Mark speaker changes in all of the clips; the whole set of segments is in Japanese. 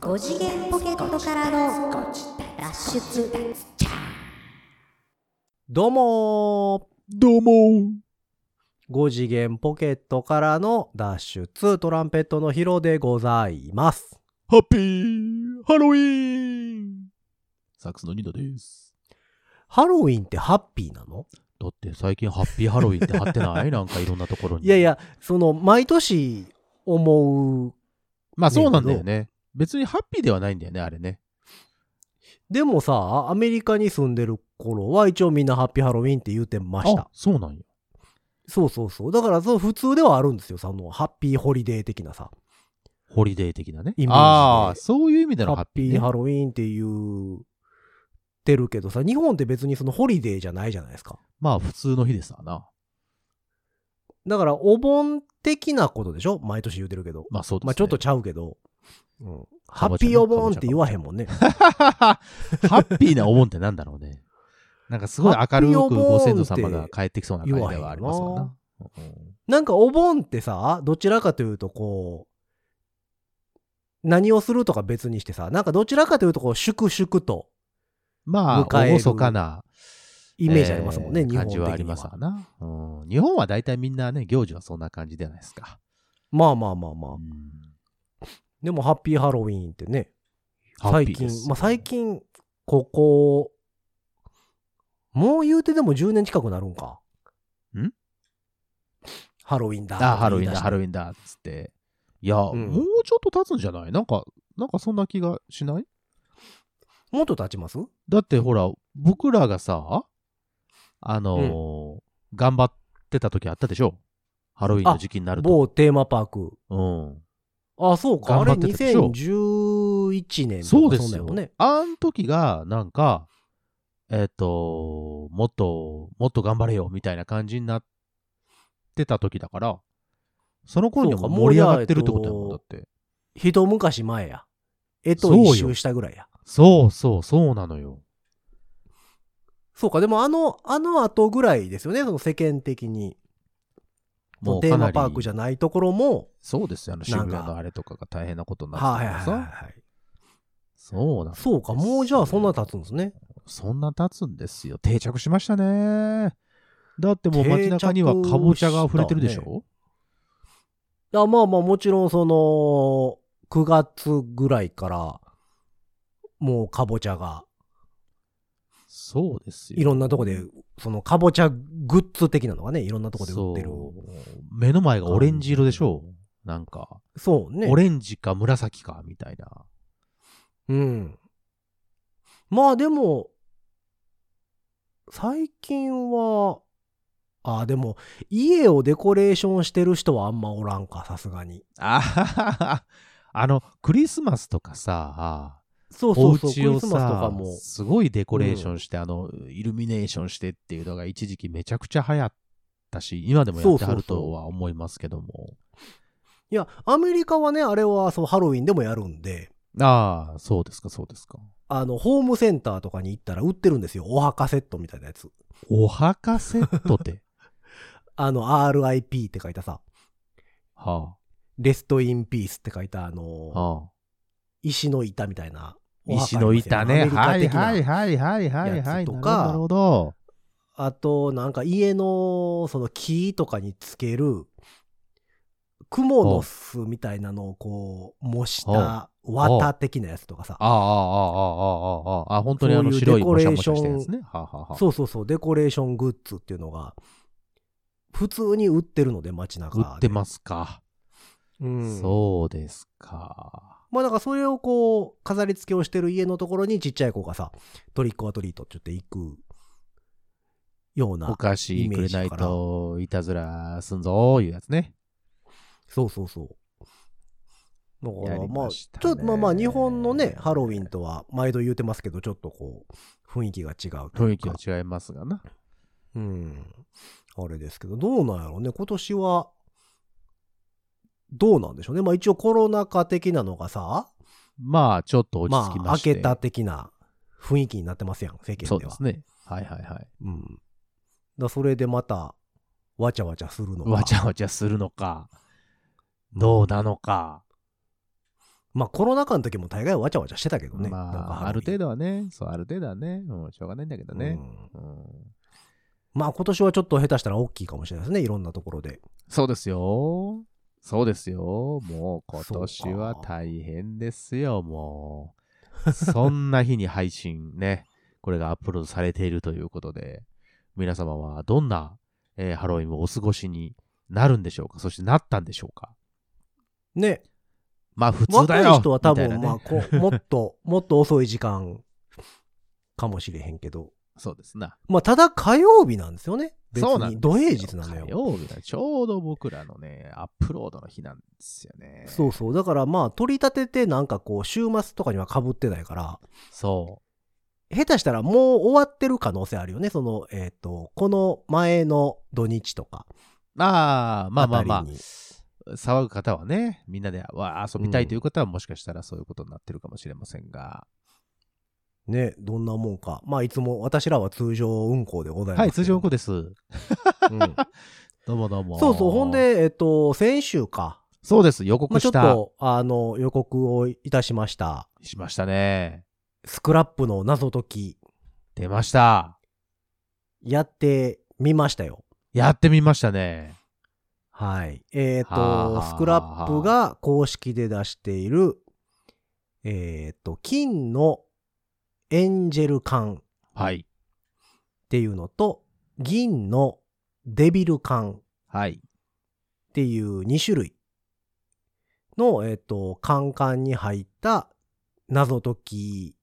Speaker 1: 5次元ポケットからの脱出
Speaker 2: どうも
Speaker 3: どうも
Speaker 2: ー !5 次元ポケットからの脱出トランペットのヒロでございます。
Speaker 3: ハッピーハロウィーンサックスのニ度です。
Speaker 2: ハロウィンってハッピーなの
Speaker 3: だって最近ハッピーハロウィンって貼ってない なんかいろんなところに。
Speaker 2: いやい。や、その、毎年思う。
Speaker 3: まあそうなんだよね。別にハッピーではないんだよね、あれね。
Speaker 2: でもさ、アメリカに住んでる頃は一応みんなハッピーハロウィンって言うてました。
Speaker 3: そうなんよ。
Speaker 2: そうそうそう。だからそう普通ではあるんですよ。その、ハッピーホリデー的なさ。
Speaker 3: ホリデー的なね
Speaker 2: イメージ。で
Speaker 3: ああ、そういう意味での
Speaker 2: ハ
Speaker 3: ハ
Speaker 2: ッ
Speaker 3: ッピー、
Speaker 2: ピ
Speaker 3: ね。
Speaker 2: ーハロウィンって言ってるけどさ、日本って別にそのホリデーじゃないじゃないですか。
Speaker 3: まあ普通の日ですわな。
Speaker 2: だから、お盆的なことでしょ毎年言うてるけど。
Speaker 3: まあそうですね。
Speaker 2: まあちょっとちゃうけど。うん、ハッピーお盆って言わへんもんね。
Speaker 3: ハッピーなお盆ってなんだろうね。なんかすごい明るくご先祖様が帰ってきそうな感じではありますわな。うん
Speaker 2: なんかお盆ってさ、どちらかというとこう、何をするとか別にしてさ、なんかどちらかというとこう、粛々と
Speaker 3: まあ、
Speaker 2: 迎える
Speaker 3: おそかな
Speaker 2: イメージありますもんね、
Speaker 3: えー
Speaker 2: 日本的
Speaker 3: 感じ
Speaker 2: には。
Speaker 3: はありますわな。うん日本は大体みんなね、行事はそんな感じじゃないですか。
Speaker 2: まあまあまあまあ
Speaker 3: う。ん
Speaker 2: でも、ハッピーハロウィーンってね、
Speaker 3: ハッ
Speaker 2: 最
Speaker 3: ピー
Speaker 2: 近
Speaker 3: で、す
Speaker 2: まあ最近、ここ、もう言うてでも10年近くなるんか。
Speaker 3: ん
Speaker 2: ハロウィンだ。
Speaker 3: あ、ハロウィンだ、ハロ
Speaker 2: ウィ
Speaker 3: ウィンだ、つって。いや、
Speaker 2: ん
Speaker 3: もうちょっと経つんじゃないなんか、なんかそんな気がしない
Speaker 2: ン。もっと経ちます
Speaker 3: だってほら、僕らがさ、あのー頑張ってた時あったでしょハロウィンの時期になると。
Speaker 2: 某テーマパーク。
Speaker 3: うん。
Speaker 2: あ、そうか。あれ
Speaker 3: 頑張ってたでしょ
Speaker 2: 2011年とか
Speaker 3: そうです
Speaker 2: なんや
Speaker 3: よ
Speaker 2: もんね。
Speaker 3: あん時が、なんか、えっ、と、もっと、もっと頑張れよ、みたいな感じになってた時だから、その頃にはもう
Speaker 2: そうか
Speaker 3: 盛り上がってるってことやも
Speaker 2: も
Speaker 3: ん、
Speaker 2: う
Speaker 3: だ
Speaker 2: や
Speaker 3: って。
Speaker 2: 一昔前や。えと
Speaker 3: そうよ
Speaker 2: 一周したぐらいや。
Speaker 3: そうそう、そうなのよ。
Speaker 2: そうか。でもあの、あの後ぐらいですよね。その世間的に。
Speaker 3: もう
Speaker 2: テ
Speaker 3: か
Speaker 2: ー
Speaker 3: な
Speaker 2: マ
Speaker 3: り、
Speaker 2: パークじゃないところも。
Speaker 3: そうですよ、あの渋
Speaker 2: なん
Speaker 3: 谷
Speaker 2: か
Speaker 3: のあれとかが大変なことになっ
Speaker 2: は
Speaker 3: て
Speaker 2: い
Speaker 3: たから
Speaker 2: はい
Speaker 3: さ。
Speaker 2: はいはい。
Speaker 3: そうなんです
Speaker 2: そうか。もうじゃあそんな経つんですね。
Speaker 3: そんな経つんですよ。定着しましたね。だってもう街中にはカボチャが溢れてるでし
Speaker 2: 定着
Speaker 3: ょ
Speaker 2: あまあまあもちろんその、9月ぐらいから、もうかぼちゃが、
Speaker 3: そうですよ。
Speaker 2: いろんなとこで、そのかぼちゃグッズ的なのがね、いろんなとこで売ってる。
Speaker 3: そう目の前がオレンジ色でしょなんか、
Speaker 2: そうね
Speaker 3: オ。レンジか紫かみたいな。
Speaker 2: うん。まあでも、最近は、あでも、家をデコレーションしてる人はあんまおらんか、さすがに。
Speaker 3: あはははあの、クリスマスとかさ、
Speaker 2: そうそ
Speaker 3: お
Speaker 2: うそう、ク
Speaker 3: 家を
Speaker 2: リスマスとか
Speaker 3: さ
Speaker 2: も、。
Speaker 3: すごいデコレーションして、あの、イルミネーションしてっていうのが一時期めちゃくちゃ流行ったし、今でもやってはるとは思いますけども。
Speaker 2: いや、アメリカはね、あれはそうハロウィンでもやるんで、
Speaker 3: ああ、そうですか、そうですか。
Speaker 2: あの、ホームセンターとかに行ったら売ってるんですよ。お墓セットみたいなやつ。
Speaker 3: お墓セット で。
Speaker 2: あの、RIP って書いたさ、
Speaker 3: は
Speaker 2: レストインピースって書いた、あ
Speaker 3: あ、
Speaker 2: の、
Speaker 3: はあ。
Speaker 2: 石の板みたいなお
Speaker 3: 石
Speaker 2: 墓あ
Speaker 3: の
Speaker 2: りますよ。
Speaker 3: 板ね。
Speaker 2: ア
Speaker 3: は
Speaker 2: メ
Speaker 3: い
Speaker 2: リカ的な
Speaker 3: はいはいはいはいはい。
Speaker 2: やつとか
Speaker 3: なるほどなるほど。
Speaker 2: あと、なんか家の、その木とかにつける、クモの巣みたいなのをこう、模した綿的なやつとかさ
Speaker 3: ああああああああ。あああ本当にあの
Speaker 2: そういう
Speaker 3: 白い
Speaker 2: デコ
Speaker 3: も
Speaker 2: レ
Speaker 3: しゃ
Speaker 2: ー
Speaker 3: も
Speaker 2: シ
Speaker 3: し
Speaker 2: ョン
Speaker 3: ゃしてるんですね。はあ、はあはあ、
Speaker 2: そうそうそう、デコレーショングッズっていうのが、普通に売ってるので、街中で。
Speaker 3: 売ってますか、
Speaker 2: うん
Speaker 3: そうですか。
Speaker 2: まあだからそれをこう、飾り付けをしてる家のところにちっちゃい子がさ、トリックオアトリートって言って行くような
Speaker 3: お。菓子くれないといたずらすんぞーいうやつね。
Speaker 2: そうそうそう。だか
Speaker 3: や
Speaker 2: ら
Speaker 3: り
Speaker 2: まあ、
Speaker 3: ま
Speaker 2: ち
Speaker 3: したね
Speaker 2: ょっとまあまあ日本のね、ハロウィンとは毎度言うてますけど、ちょっとこう、雰囲気が違うと
Speaker 3: 雰
Speaker 2: いう
Speaker 3: 囲気
Speaker 2: か。
Speaker 3: は違いますがな。
Speaker 2: うん。あれですけど、どうなんやろうね。今年は、どうなんでしょうね。まあ一応コロナ禍的なのがさ、
Speaker 3: まあちょっと落ち
Speaker 2: ま
Speaker 3: 着き
Speaker 2: あ
Speaker 3: ま
Speaker 2: 明
Speaker 3: して。
Speaker 2: けた的な雰囲気になってますやん、世間
Speaker 3: そう
Speaker 2: で
Speaker 3: で
Speaker 2: は。
Speaker 3: すね。はいはいはい。
Speaker 2: うん。だそれでまた、わちゃわちゃするのか。
Speaker 3: わちゃわちゃするのか、どうなのか。
Speaker 2: まあコロナ禍の時も大概わちゃわちゃしてたけどね。
Speaker 3: ま
Speaker 2: なんか
Speaker 3: あ、
Speaker 2: ハ
Speaker 3: あ
Speaker 2: ロウィ
Speaker 3: る
Speaker 2: ン
Speaker 3: 程度はね、そう、ある程度はね、うん、しょうがないんだけどね。
Speaker 2: うん
Speaker 3: うん
Speaker 2: まあ今年はちょっと下手したら大きいかもしれないですね。いろんなところで。
Speaker 3: そうですよ。そうですよ。もう今年は
Speaker 2: そうか
Speaker 3: 大変ですよ、もう。そんな日に配信ね、 これがアップロードされているということで、皆様はどんな、えーハロウィンをお過ごしになるんでしょうかそしてなったんでしょうか
Speaker 2: ね。
Speaker 3: まあ普通
Speaker 2: 若
Speaker 3: だよ
Speaker 2: い人は多
Speaker 3: み
Speaker 2: 分、
Speaker 3: たいなね
Speaker 2: まあこう、もっ と、もっと遅い時間かもしれへんけど。
Speaker 3: そうですな。
Speaker 2: まあただ火曜日なんですよね。別
Speaker 3: そうなん
Speaker 2: に
Speaker 3: ですよ
Speaker 2: 土平日なのよ
Speaker 3: 火。曜日だ。ちょうど僕らのね、アップロードの日なんですよね。
Speaker 2: そうそう。だからまあ取り立ててなんかこう週末とかには被ってないから、
Speaker 3: そう。
Speaker 2: 下手したらもう終わってる可能性あるよね。その、えっ、と、この前の土日とか。
Speaker 3: まあまあまあま
Speaker 2: あ
Speaker 3: あ
Speaker 2: たりに、
Speaker 3: 騒ぐ方はね、みんなでわあ遊びた
Speaker 2: う
Speaker 3: い
Speaker 2: ん
Speaker 3: という方は、もしかしたらそういうことになってるかもしれませんが、
Speaker 2: ね、どんなもんか。まあいつも私らは通常運行でございます。
Speaker 3: はい、通常運行
Speaker 2: で。
Speaker 3: です。どうもどうも。
Speaker 2: そうそう。ほん、で、えっ、と、先週か。
Speaker 3: そうです、予
Speaker 2: ま
Speaker 3: 告
Speaker 2: あちょ
Speaker 3: し、
Speaker 2: ったと、あの、予告をいたしました。
Speaker 3: しましたね。
Speaker 2: スクラップの謎解き、
Speaker 3: 出ました。
Speaker 2: やってみましたよ。
Speaker 3: やってみましたね。
Speaker 2: はい。えっ、
Speaker 3: は
Speaker 2: と、
Speaker 3: あ
Speaker 2: スクラップが公式で出している、えっ、と、金のエンジェル缶
Speaker 3: はい。
Speaker 2: っていうのと、銀のデビル缶
Speaker 3: はい。
Speaker 2: っていう2種類の、えっ、と、缶缶に入った謎解き、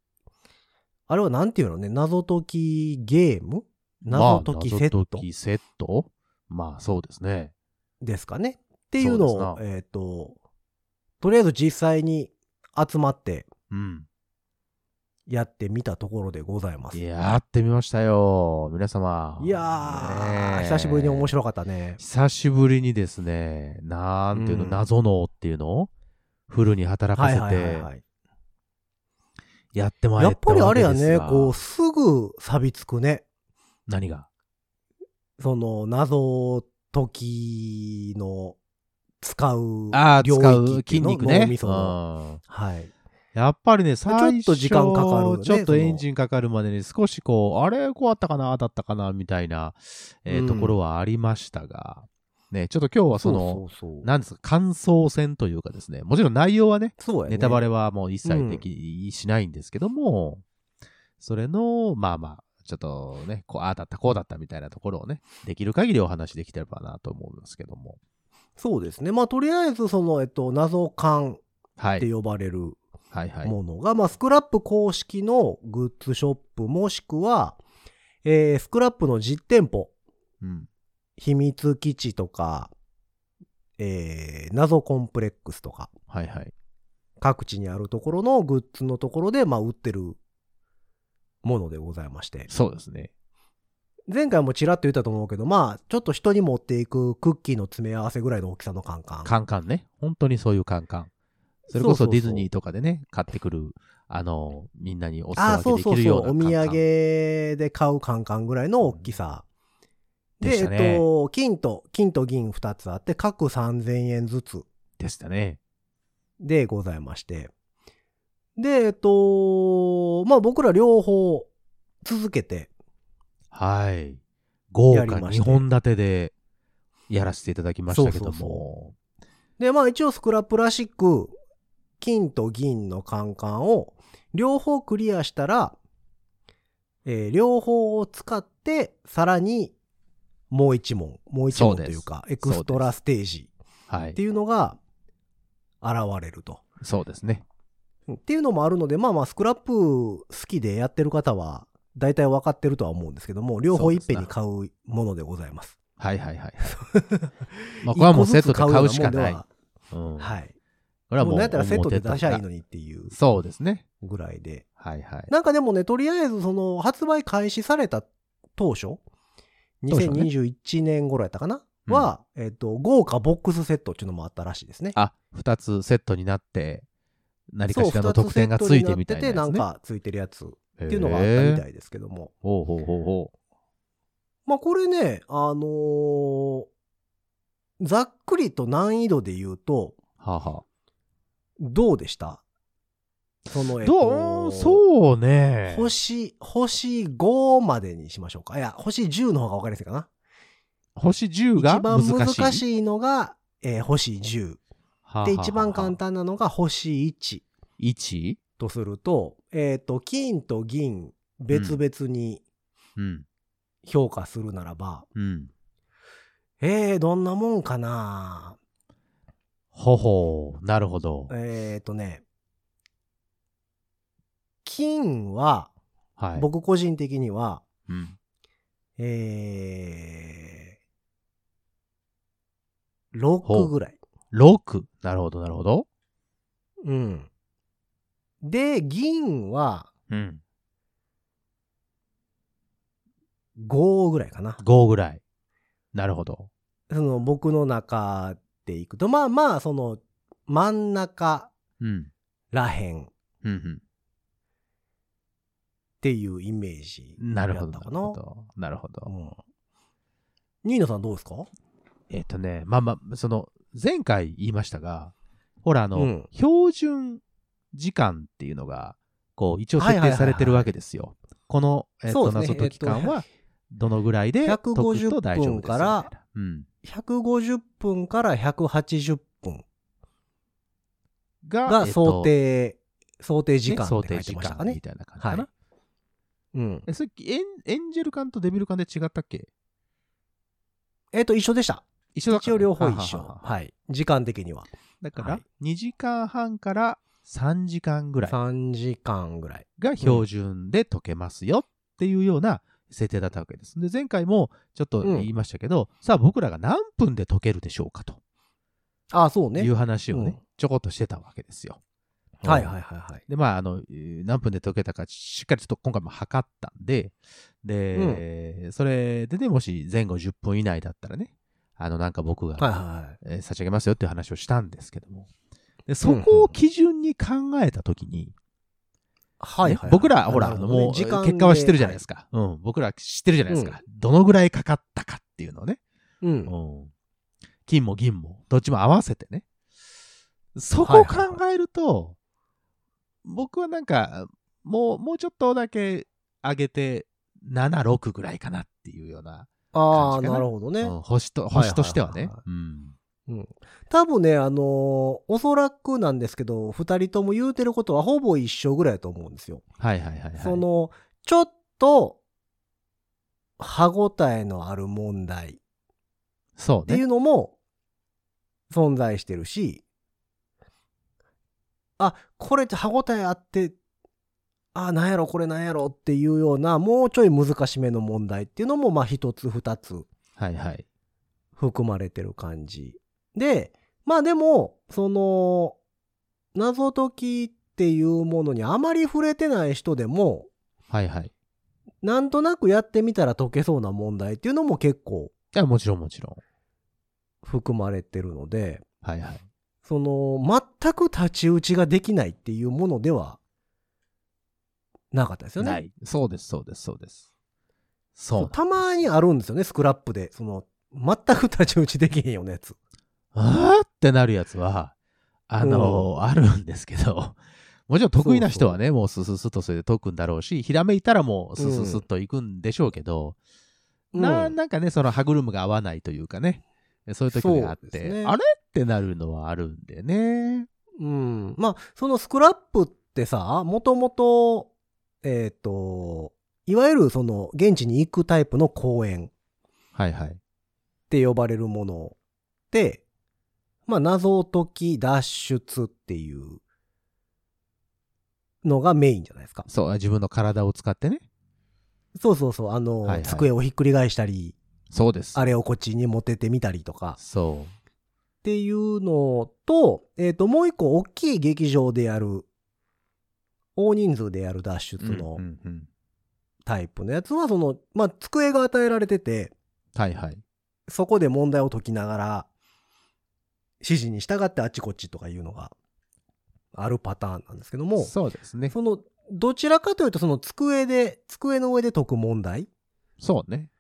Speaker 2: あれはなんていうのね、謎解きゲーム謎解きセッ
Speaker 3: まあ、謎
Speaker 2: ト
Speaker 3: 解きセットまあ、そうですね。
Speaker 2: ですかね。っていうのを
Speaker 3: そ、うで
Speaker 2: えっ、と、とりあえず実際に集まって
Speaker 3: うん。
Speaker 2: やってみたところでございます。
Speaker 3: やってみましたよ。皆様。
Speaker 2: いやー、
Speaker 3: ねえ
Speaker 2: 久しぶりに面白かったね。
Speaker 3: 久しぶりにですね、なんていうの、
Speaker 2: うん
Speaker 3: 謎のっていうのをフルに働か
Speaker 2: はい
Speaker 3: せ
Speaker 2: はいはい、は
Speaker 3: て
Speaker 2: い。
Speaker 3: やってまい
Speaker 2: やっぱりあれやね、こ
Speaker 3: こ
Speaker 2: う、すぐ錆びつくね。
Speaker 3: う。何が
Speaker 2: その、謎解きの使う
Speaker 3: ああ、
Speaker 2: 領
Speaker 3: 使
Speaker 2: 域
Speaker 3: う
Speaker 2: ってい
Speaker 3: 筋
Speaker 2: うの
Speaker 3: 肉
Speaker 2: 脳
Speaker 3: ね
Speaker 2: み。その
Speaker 3: うん
Speaker 2: はい。
Speaker 3: やっぱりね、最初
Speaker 2: ちょっと時間かかるよね
Speaker 3: ちょっ
Speaker 2: そ
Speaker 3: と
Speaker 2: の
Speaker 3: エンジンかかるまでに少しこう、あれこうあったかな、だったかな、みたいな、えー
Speaker 2: うん
Speaker 3: ところはありましたが、ね、ちょっと今日はその、
Speaker 2: うそうそう
Speaker 3: なんですか、感想戦というかですね、もちろん内容はね、
Speaker 2: そうやね。
Speaker 3: ネタバレはもう一切できしないんですけども、それの、まあまあ、ちょっとね、こう、ああだった、こうだったみたいなところをね、できる限りお話できてればなと思いますけども。
Speaker 2: そうですね。まあ、とりあえず、その、えっと、謎缶
Speaker 3: は
Speaker 2: って
Speaker 3: い。
Speaker 2: 呼ばれる
Speaker 3: はいはい。
Speaker 2: ものが、まあ、スクラップ公式のグッズショップもしくは、えースクラップの実店舗、
Speaker 3: うん。
Speaker 2: 秘密基地とか、えー謎コンプレックスとか、
Speaker 3: はいはい。
Speaker 2: 各地にあるところのグッズのところで、まあ、売ってるものでございまして。
Speaker 3: そうですね。
Speaker 2: 前回もちらっと言ったと思うけど、まあ、ちょっと人に持っていくクッキーの詰め合わせぐらいの大きさのカンカン。
Speaker 3: カンカンね。本当にそういうカンカン。それこ
Speaker 2: そうそう
Speaker 3: そ
Speaker 2: そう
Speaker 3: ディズニーとかでね、買ってくる、あの、みんなにお裾
Speaker 2: ああ、
Speaker 3: 分け
Speaker 2: そう
Speaker 3: で
Speaker 2: そ
Speaker 3: き
Speaker 2: う
Speaker 3: る
Speaker 2: そ
Speaker 3: よ
Speaker 2: う
Speaker 3: うな。カ
Speaker 2: お
Speaker 3: ンカン
Speaker 2: 土産で買うカンカンぐらいの大きさ。
Speaker 3: う
Speaker 2: で、
Speaker 3: んでしたね
Speaker 2: えっと、金と、金と銀2つあって、各3000円ずつ
Speaker 3: でしたね。
Speaker 2: でございまして。で、えっと、まあ僕ら両方続けて、
Speaker 3: はい。豪華
Speaker 2: やりまして
Speaker 3: 2本立てでやらせていただきましたけども。
Speaker 2: そうそうで、まあ一応スクラップらしく、金と銀のカンカンを両方クリアしたら、えー両方を使って、さらにもう一問、もう一問
Speaker 3: そう
Speaker 2: と
Speaker 3: で
Speaker 2: い
Speaker 3: す
Speaker 2: うか、エクストラステージ
Speaker 3: はい
Speaker 2: って。いうのが現れると。
Speaker 3: そうですね。
Speaker 2: っていうのもあるので、まあまあスクラップ好きでやってる方は、大体分かってるとは思うんですけども、両方いっぺんに買うものでございます。
Speaker 3: はいは いはいはい。まあ、これはもうセットで買うしかない。
Speaker 2: 一
Speaker 3: うん
Speaker 2: 個ずつ買うようもんでは。はい。
Speaker 3: これは
Speaker 2: もう
Speaker 3: も
Speaker 2: なん
Speaker 3: う、
Speaker 2: やったらセットで出しゃいい
Speaker 3: も
Speaker 2: のにっていう
Speaker 3: う。そうですね。
Speaker 2: ぐらいで。
Speaker 3: はいはい。
Speaker 2: なんかでもね、とりあえずその発売開始された当初、
Speaker 3: 当初ね
Speaker 2: 2021年頃やったかな、
Speaker 3: うん
Speaker 2: は、えっと、豪華ボックスセットっていうのもあったらしいですね。
Speaker 3: あ、二つセットになって、何か
Speaker 2: そう
Speaker 3: しらの特典がついてみたい
Speaker 2: 二つセット
Speaker 3: な
Speaker 2: に
Speaker 3: やつ、ね。
Speaker 2: なってて、なんかついてるやつっていうのがあったみたいですけども。
Speaker 3: ほうほうほうほ
Speaker 2: まあこれね、あのーざっくりと難易度で言うと、
Speaker 3: う。はあはあ。
Speaker 2: どうでしたその、えっと
Speaker 3: どうそうね。
Speaker 2: 星、星5までにしましょうか。いや、星10の方が分かりやすいかな。
Speaker 3: 星10
Speaker 2: 一
Speaker 3: が
Speaker 2: 番
Speaker 3: 難しい。
Speaker 2: 難しいのが、えー星10。
Speaker 3: はあ
Speaker 2: で、
Speaker 3: はあ
Speaker 2: 一番簡。単なのが星1
Speaker 3: 1?
Speaker 2: とすると、えっ、と、金と銀別々に
Speaker 3: うん。
Speaker 2: 評価するならば、
Speaker 3: うん。
Speaker 2: えー、どんなもんかな
Speaker 3: ほほう。なるほど。
Speaker 2: えっ、とね、金は、
Speaker 3: はい。
Speaker 2: 僕個人的には、
Speaker 3: うん。
Speaker 2: えー、6ぐらい。
Speaker 3: 6。なるほど、なるほど。
Speaker 2: うん。で、銀は
Speaker 3: うん。
Speaker 2: 5ぐらいかな。
Speaker 3: 5ぐらい。なるほど。
Speaker 2: その僕の中でいくと、まあまあ、その真ん中
Speaker 3: うん。
Speaker 2: らへんっ
Speaker 3: うん、
Speaker 2: ていうイメージ
Speaker 3: うん。なる
Speaker 2: や
Speaker 3: ほど。
Speaker 2: っ
Speaker 3: な
Speaker 2: たか
Speaker 3: る
Speaker 2: な
Speaker 3: ほど。なるほど。
Speaker 2: うん。ニーナさんどうですか
Speaker 3: えっ、とね、まあまあ、その、前回言いましたが、ほら、あの、
Speaker 2: うん
Speaker 3: 標準時間っていうのが、こう、一応
Speaker 2: はい
Speaker 3: 設
Speaker 2: はいはい
Speaker 3: 定
Speaker 2: はい
Speaker 3: されてるわけですよ。この、えっ、
Speaker 2: そう
Speaker 3: と、
Speaker 2: ですね
Speaker 3: 謎解き間
Speaker 2: えっ
Speaker 3: は、どのぐらいで解くと大丈夫ですよ
Speaker 2: 150分から
Speaker 3: みたいなう
Speaker 2: ?150
Speaker 3: ん、
Speaker 2: 分から180分
Speaker 3: が
Speaker 2: が
Speaker 3: えっ
Speaker 2: 想
Speaker 3: とね
Speaker 2: 定、想定時間
Speaker 3: 想
Speaker 2: って書
Speaker 3: 定
Speaker 2: いて
Speaker 3: 時
Speaker 2: ましたか
Speaker 3: 間
Speaker 2: ね
Speaker 3: み。たいな感じかな。
Speaker 2: はいうん。
Speaker 3: え、さっきエン、エンジェル感とデビル感で違ったっけ
Speaker 2: えっ、と、一緒でした。
Speaker 3: 一緒だから
Speaker 2: 一応両方一緒。
Speaker 3: はははは
Speaker 2: はい。時間的には。
Speaker 3: だか
Speaker 2: は
Speaker 3: ら
Speaker 2: い、
Speaker 3: 2時間半から3時間ぐらい。
Speaker 2: 3時間ぐらい。
Speaker 3: が標準で解けますよっていうような設定だったわけです。で、前回もちょっと言いましたけど、さあ僕らが何分で解けるでしょうかと
Speaker 2: ああ、そうね。
Speaker 3: いう話をね、
Speaker 2: うん
Speaker 3: ちょこっとしてたわけですよ。
Speaker 2: はいはいはいはい。
Speaker 3: で、まあ、あの、えー何分で解けたかしっかりちょっと今回も測ったんで、で、それでね、もし前後10分以内だったらね、あの、なんか僕が、
Speaker 2: はいはいはい。
Speaker 3: えー差し上げますよっていう話をしたんですけども、でそこを基準に考えたときに、
Speaker 2: はいはいはい、
Speaker 3: ね僕ら、ほら、
Speaker 2: なるどね
Speaker 3: もう、
Speaker 2: 時間で
Speaker 3: 結果は知ってるじゃないですか。うん。僕ら知ってるじゃないですか。どのぐらいかかったかっていうのをね。
Speaker 2: はいうん。
Speaker 3: うん。金も銀も、どっちも合わせてね。そこを考えると、僕はなんか、もう、もうちょっとだけ上げて、7、6ぐらいかなっていうような、
Speaker 2: ああ、
Speaker 3: 感じかな
Speaker 2: なるほど
Speaker 3: う
Speaker 2: ね。
Speaker 3: ん、星と、星としては
Speaker 2: はいは
Speaker 3: ね
Speaker 2: いは。
Speaker 3: うん。
Speaker 2: 多分ね、あのーおそらくなんですけど、二人とも言うてることはほぼ一緒ぐらいだと思うんですよ。
Speaker 3: はいはいはいはい。
Speaker 2: そ、の、ちょっと、歯ごたえのある問題っ
Speaker 3: そう
Speaker 2: てい
Speaker 3: ね。
Speaker 2: うのも存在してるし、あ、これって歯ごたえあって、あ、なんやろ、これなんやろっていうような、もうちょい難しめの問題っていうのも、まあ一つ二つ
Speaker 3: はいはい。
Speaker 2: 含まれてる感じ。で、まあでも、その、謎解きっていうものにあまり触れてない人でも、
Speaker 3: はいはい。い
Speaker 2: なんとなくやってみたら解けそうな問題っていうのも結構
Speaker 3: や、もちろんもちろ
Speaker 2: 含まれてるので、
Speaker 3: ん。はいはい。
Speaker 2: その、全く立ち打ちができないっていうものでは、なかったですよね。
Speaker 3: ない。そうです、そうです、そうです。
Speaker 2: そ
Speaker 3: そう
Speaker 2: う。たまにあるんですよね、スクラップで。その、全く立ち打ちできへんようなやつ。
Speaker 3: あーってなるやつは、あのあるんですけど、もちろん得意な人はね、もうスススッとそれで解くんだろうし、ひらめいたらもうスススッといくんでしょうけど、な
Speaker 2: うん
Speaker 3: なんかね、その歯車が合わないというかね、そういう時があっ
Speaker 2: そうで
Speaker 3: て、
Speaker 2: すね
Speaker 3: あれってなるのはあるんでね。
Speaker 2: うん。まあ、そのスクラップってさ、もともと、えっ、と、いわゆるその現地に行くタイプの公演
Speaker 3: はいはい。
Speaker 2: って呼ばれるもので、まあ、謎解き脱出っていうのがメインじゃないですか。
Speaker 3: そう、自分の体を使ってね。
Speaker 2: そうそうそう、あの、
Speaker 3: はいはい
Speaker 2: 机をひっくり返したり、
Speaker 3: そうです。
Speaker 2: あれをこっちに持ってってみたりとか、
Speaker 3: そ
Speaker 2: っていうのと、えっ、と、もう一個大きい劇場でやる、大人数でやる脱
Speaker 3: う。
Speaker 2: 出の
Speaker 3: うんうんうん
Speaker 2: タイプのやつは、その、まあ、机が与えられてて、
Speaker 3: はいはい。
Speaker 2: そこで問題を解きながら、指示に従ってあっちこっちとかいうのがあるパターンなんですけども、
Speaker 3: そうですね。
Speaker 2: その、どちらかというと、その机で、机の上で解く問題
Speaker 3: そうね。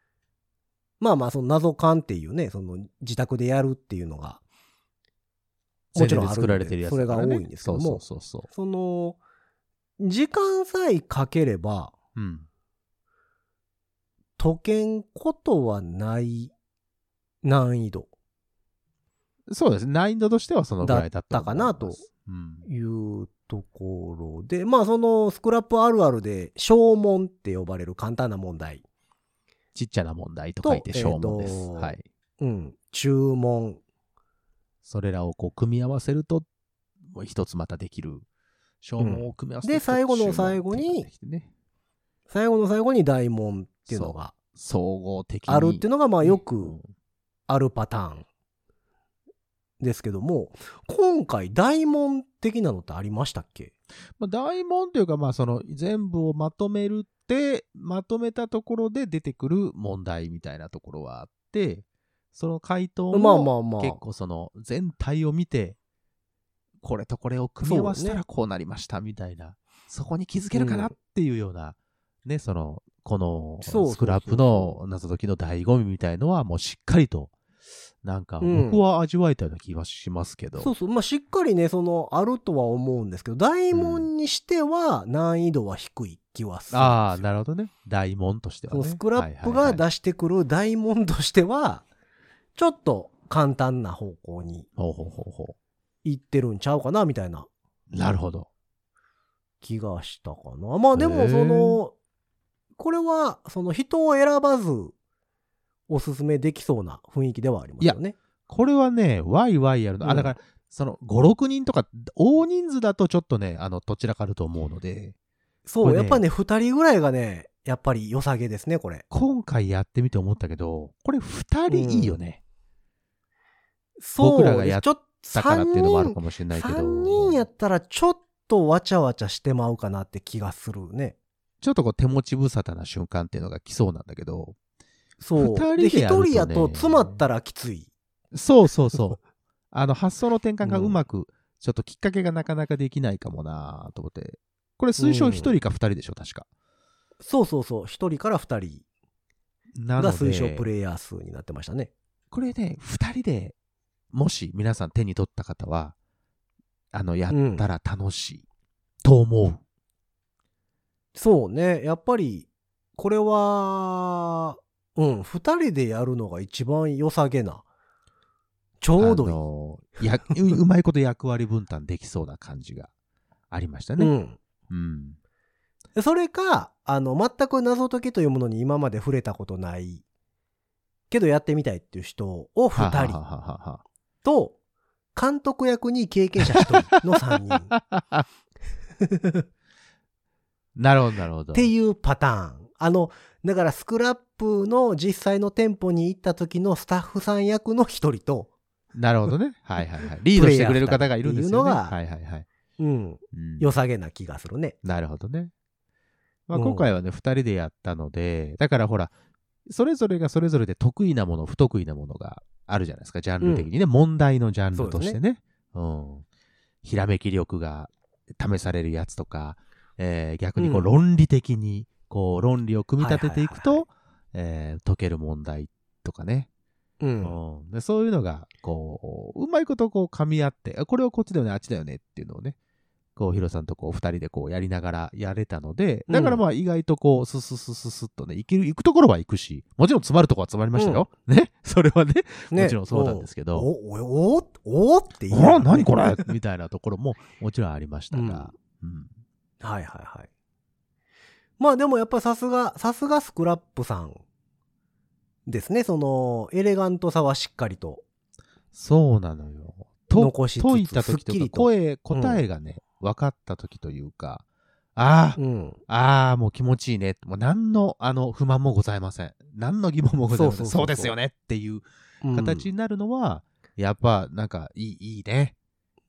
Speaker 2: まあまあ、その謎感っていうね、その自宅でやるっていうのが、も
Speaker 3: 全
Speaker 2: ち
Speaker 3: 然
Speaker 2: ろ
Speaker 3: で
Speaker 2: んあるんで
Speaker 3: 作られてるやつだから、
Speaker 2: そ
Speaker 3: ね、
Speaker 2: れが多いんですけども
Speaker 3: そうそうそうそ
Speaker 2: その、時間さえかければ、
Speaker 3: う。うん。
Speaker 2: 解けんことはない難易度
Speaker 3: そうです。難易度としてはそのぐらいだった
Speaker 2: だったかなと
Speaker 3: 思います。うん。
Speaker 2: いうところで、まあそのスクラップあるあるで、小問って呼ばれる簡単な問題。
Speaker 3: ちっちゃな問題と書いて
Speaker 2: と
Speaker 3: 小問です。
Speaker 2: えーと
Speaker 3: はい。
Speaker 2: うん。注文。
Speaker 3: それらをこう組み合わせると、もう一つまたできる。小問を組み合わせて、
Speaker 2: で最後の最後に、
Speaker 3: ね、
Speaker 2: 最後の最後に大問っていうのが
Speaker 3: 総合的に。
Speaker 2: あるっていうのが、まあよ
Speaker 3: う
Speaker 2: く
Speaker 3: ん
Speaker 2: あるパターンですけども、今回大問的なのってありましたっけ
Speaker 3: まあ、大問というか、まあ、その全部をまとめるって、まとめたところで出てくる問題みたいなところはあって、その回答も、
Speaker 2: まあまあまあ
Speaker 3: 結構その全体を見て、これとこれを組み合わせたらこうなりましたみたいな、そこに気づけるかなっていうような、ね、その、この
Speaker 2: そうそうそう
Speaker 3: スクラップの謎解きの醍醐味みたいのはもうしっかりと、なんか僕は味わえたような気がしますけど。
Speaker 2: そうそう。まあしっかりね、その、あるとは思うんですけど、大問にしては難易度は低い気はするんですよ。
Speaker 3: ああ、なるほどね。大問としては、
Speaker 2: そ
Speaker 3: ね。
Speaker 2: のスクラップ
Speaker 3: はいは
Speaker 2: が
Speaker 3: いはい
Speaker 2: 出してくる大問としては、ちょっと簡単な方向に
Speaker 3: ほうほうほうほ
Speaker 2: 行ってるんちゃうかな、みたいな
Speaker 3: う。なるほど。
Speaker 2: 気がしたかな。まあでもその、これはその人を選ばずおすすめできそうな雰囲気ではありますよね。
Speaker 3: これはね、ワイワイやるの。
Speaker 2: う
Speaker 3: あ、
Speaker 2: ん
Speaker 3: だから、その、5、6人とか、大人数だとちょっとね、あの、どちらかると思うので、
Speaker 2: そ
Speaker 3: こ
Speaker 2: う、
Speaker 3: れね
Speaker 2: やっぱね、二人ぐらいがね、やっぱり良さげですね、これ。
Speaker 3: 今回やってみて思ったけど、これ2人いいよね。
Speaker 2: そう、
Speaker 3: 僕らがやっ
Speaker 2: ちょと
Speaker 3: だからっていうのもある
Speaker 2: 三
Speaker 3: かもしれ
Speaker 2: 人
Speaker 3: ないけど、
Speaker 2: 三人やったらちょっとわちゃわちゃしてまうかなって気がするね。
Speaker 3: ちょっとこう、手持ち無沙汰な瞬間っていうのが来そうなんだけど、
Speaker 2: そう。
Speaker 3: 二
Speaker 2: で、
Speaker 3: 人で
Speaker 2: 一
Speaker 3: やる
Speaker 2: 人
Speaker 3: とね
Speaker 2: やと詰まったらきつい。
Speaker 3: そうそうそう。 あの、発想の転換がうまく、ちょっときっかけがなかなかできないかもなと思って。これ、推奨1人か2人でしょ、確か。
Speaker 2: そうそうそう。一人から二人
Speaker 3: なの
Speaker 2: が
Speaker 3: で、
Speaker 2: 推奨プレイヤー数になってましたね。
Speaker 3: これね、二人で、もし皆さん手に取った方は、あの、やったら楽しいと思う。
Speaker 2: そうね。やっぱり、これは、うん、二人でやるのが一番良さげな。ちょう
Speaker 3: あ
Speaker 2: ど
Speaker 3: のやうう まいこと役割分担できそうな感じがありました
Speaker 2: いい。
Speaker 3: ね。うん。
Speaker 2: うん。それか、あの、全く謎解きというものに今まで触れたことない、けどやってみたいっていう人を二
Speaker 3: は
Speaker 2: 人
Speaker 3: ははは
Speaker 2: と、監督役に経験者一人の三人っ
Speaker 3: はは なるほど、なるほど。
Speaker 2: ていうパターン。あの、だからスクラップの実際の店舗に行った時のスタッフさん役の一人と、
Speaker 3: なるほどね。はいはいはい。リードしてくれる方がいるんですよね。
Speaker 2: プレイヤー二人
Speaker 3: はいはいはい。
Speaker 2: うん、
Speaker 3: うん
Speaker 2: 良さげな気がするね。
Speaker 3: なるほどね。まあ、
Speaker 2: うん
Speaker 3: 今回はね、2人でやったので、だからほら、それぞれがそれぞれで得意なもの、不得意なものがあるじゃないですか、ジャンル的にね、問題のジャンルとしてね。うん。ひらめき力が試されるやつとか、えー逆にこ
Speaker 2: う
Speaker 3: うん論理的に、こう論理を組み立てていく
Speaker 2: はいは
Speaker 3: と、えー解ける問題とかね。
Speaker 2: うん。
Speaker 3: うんでそういうのが、こう、うまいことこう噛み合って、あこれはこっちだよね、あっちだよねっていうのをね、こう、ヒロさんとこう、二人でこう、やりながらやれたので、だからまあ、意外とこう、スススススっとね、行ける、行くところは行くし、もちろん詰まるところは詰まりましたよ。ね、 それはね、もちろんそうなんですけ
Speaker 2: お、
Speaker 3: ど、
Speaker 2: お、お、おって言いなが
Speaker 3: あ
Speaker 2: ら
Speaker 3: あ、
Speaker 2: ね
Speaker 3: 何これ
Speaker 2: はい
Speaker 3: みたいなところも、もちろんありましたが、うん。
Speaker 2: はいはい。まあでもやっぱりさすが、さすがスクラップさんですね。その、エレガントさはしっかりと。
Speaker 3: そうなのよ。と
Speaker 2: 残しつつ
Speaker 3: 解いた時と
Speaker 2: すっき
Speaker 3: か、
Speaker 2: りと
Speaker 3: 声、答えがね、分かった時というか、ああ、
Speaker 2: うん。
Speaker 3: ああ、もう気持ちいいね。もう何の、あの、不満もございません。何の疑問もございません。そ
Speaker 2: そううそうそうそう
Speaker 3: ですよねっていう
Speaker 2: うん
Speaker 3: 形になるのは、やっぱ、なんか、いい、いいね。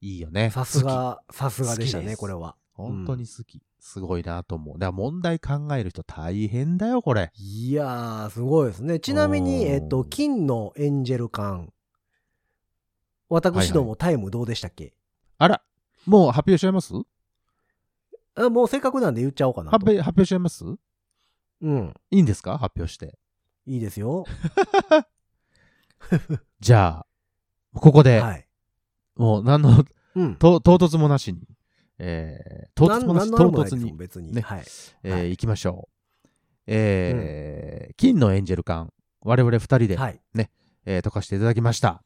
Speaker 3: いいよね。
Speaker 2: さす
Speaker 3: 好き。
Speaker 2: が、さすがでした
Speaker 3: 好きで
Speaker 2: ね、
Speaker 3: す
Speaker 2: これは。
Speaker 3: 本当に好き。すごいなと思う。だから問題考える人大変だよ、これ。
Speaker 2: いやー、すごいですね。ちなみに、
Speaker 3: おー
Speaker 2: えっと、金のエンジェル缶。私どもタイムどうでしたっけ、
Speaker 3: あら、もう発表しちゃいます
Speaker 2: あもうせっかくなんで言っちゃおうかな
Speaker 3: 発
Speaker 2: と。
Speaker 3: 表、発表しちゃいます
Speaker 2: うん。
Speaker 3: いいんですか発表して。
Speaker 2: いいですよ。
Speaker 3: じゃあ、ここで、
Speaker 2: はい。
Speaker 3: もう何の
Speaker 2: うん。
Speaker 3: と唐突もなしに、えー、唐突もな
Speaker 2: な
Speaker 3: し、
Speaker 2: ん
Speaker 3: 唐
Speaker 2: なんのあれもないで
Speaker 3: 突
Speaker 2: すもん
Speaker 3: に、
Speaker 2: 別に。
Speaker 3: ね
Speaker 2: はい。
Speaker 3: え
Speaker 2: は
Speaker 3: ー、行きましょう。えー金のエンジェル缶、我々二人で、
Speaker 2: はい。
Speaker 3: えー解かせていただきました。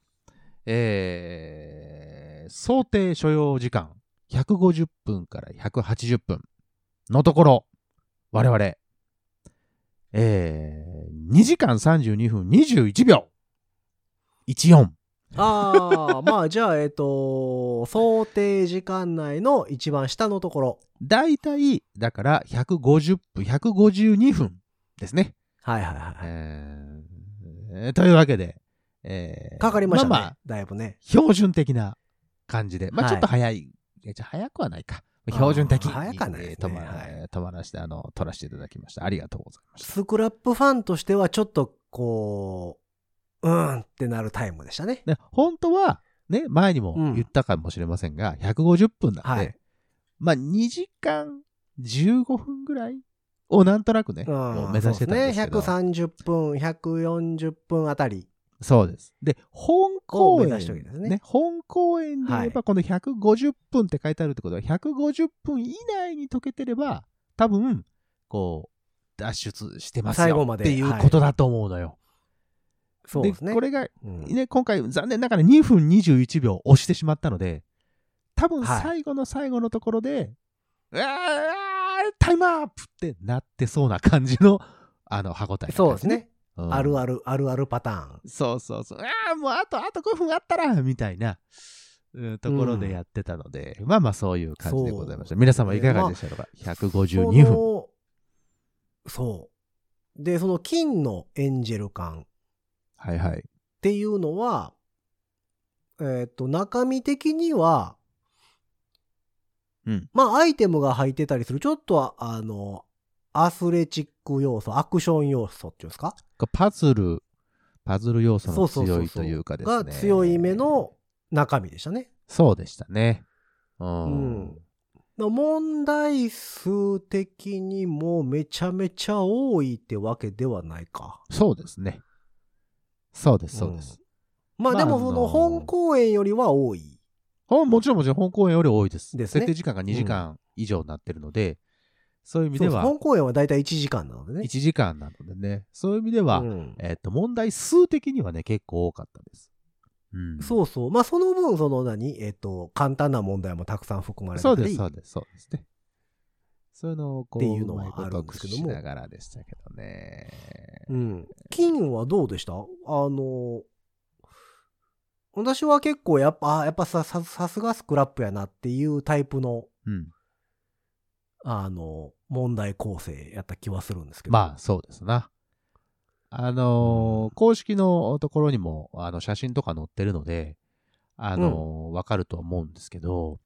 Speaker 3: えー想定所要時間150分から180分のところ、我々、えー、2時間32分21秒 !14!
Speaker 2: ああ、まあじゃあ、えっ、と、想定時間内の一番下のところ。
Speaker 3: だいたい、だから150分、152分ですね。
Speaker 2: はいはいはい。
Speaker 3: えーというわけで、えー
Speaker 2: かかりましたね。
Speaker 3: まあまあ
Speaker 2: だいぶね。
Speaker 3: 標準的な感じで、まあ
Speaker 2: はい
Speaker 3: ちょっと早い、いやじゃあ早くはないか。
Speaker 2: あー
Speaker 3: 標準的に。
Speaker 2: 早くはないですね
Speaker 3: えー止ま
Speaker 2: はい
Speaker 3: えー止まらして、あの、撮らせていただきました。ありがとうございました。
Speaker 2: スクラップファンとしてはちょっとこう、うーんってなるタイムでしたね。
Speaker 3: で、本当は、ね、前にも
Speaker 2: うん
Speaker 3: 言ったかもしれませんが、150分なんで、
Speaker 2: はい
Speaker 3: まあ2時間15分ぐらいをなんとなくね、もう目指してたんですけど。
Speaker 2: そうですね。130分、140分あたり。
Speaker 3: そうです。で、本公
Speaker 2: を目
Speaker 3: 演、
Speaker 2: 指しておいてですね
Speaker 3: 本公演で言えば、
Speaker 2: は
Speaker 3: この150分って書いてあるってことは、150分以内に解けてれば、多分、こう、脱出してますよ
Speaker 2: 最後まで
Speaker 3: っていうことだと思うのよ。
Speaker 2: そうですね。
Speaker 3: これが、
Speaker 2: うん
Speaker 3: ね、今回、残念ながら2分21秒押してしまったので、多分、
Speaker 2: はい
Speaker 3: 最後の最後のところで、うわータイムアップってなってそうな感じの、あの、歯応え、
Speaker 2: そうです。ね。
Speaker 3: うん
Speaker 2: あるある、あるあるパターン。
Speaker 3: そうそうそう。ああ、もうあと、あと5分あったら、みたいな、うんところでやってたので、まあまあそういう感じでございました。
Speaker 2: そう
Speaker 3: 皆様いかがでしたか、?152 分。
Speaker 2: そのそう。で、その金のエンジェル感っ
Speaker 3: はいはい。
Speaker 2: ていうのは、えっ、と、中身的には、
Speaker 3: うん
Speaker 2: まあ、アイテムが入ってたりする、ちょっとは、あの、アスレチック要素、アクション要素っていうんですか
Speaker 3: こうパズル、パズル要素
Speaker 2: そ
Speaker 3: の
Speaker 2: うそうそ
Speaker 3: 強
Speaker 2: う
Speaker 3: い
Speaker 2: そ
Speaker 3: と
Speaker 2: う
Speaker 3: いうかですね。
Speaker 2: が強い目。の中身でしたね。
Speaker 3: そうでしたね。うん。
Speaker 2: うんだから問題数的にもめちゃめちゃ多いってわけではないか。
Speaker 3: そうですね。そうです、そうです。
Speaker 2: まあ
Speaker 3: まあ
Speaker 2: でもそ
Speaker 3: あの
Speaker 2: の本公演よりは多い。
Speaker 3: あもちろんもちろん本公演より多いです。
Speaker 2: ですね
Speaker 3: 設定時間が2時間以上になってるので、そういう意味
Speaker 2: そうで
Speaker 3: で
Speaker 2: す
Speaker 3: は
Speaker 2: 本公演はだいたい1時間なのでね。
Speaker 3: 1時間なのでね、そういう意味では、
Speaker 2: うん
Speaker 3: えっと、問題数的にはね、結構多かったです。うん。
Speaker 2: そうそう。まあその分その何、えっと、簡単な問題もたくさん含まれて
Speaker 3: そ
Speaker 2: た
Speaker 3: うです、
Speaker 2: り
Speaker 3: そうです、そうですね。そういうのをこう、
Speaker 2: っていうのは
Speaker 3: まこと
Speaker 2: あるんですけども
Speaker 3: 駆使しながらでしたけどね。
Speaker 2: うん。金はどうでしたあの、私は結構やっぱ、あやっぱさ、ささすがスクラップやなっていうタイプの、
Speaker 3: うん。
Speaker 2: あの、問題構成やった気はするんですけど。
Speaker 3: まあ、そうですな。あのー公式のところにも、あの、写真とか載ってるので、あのーわかると思うんですけど、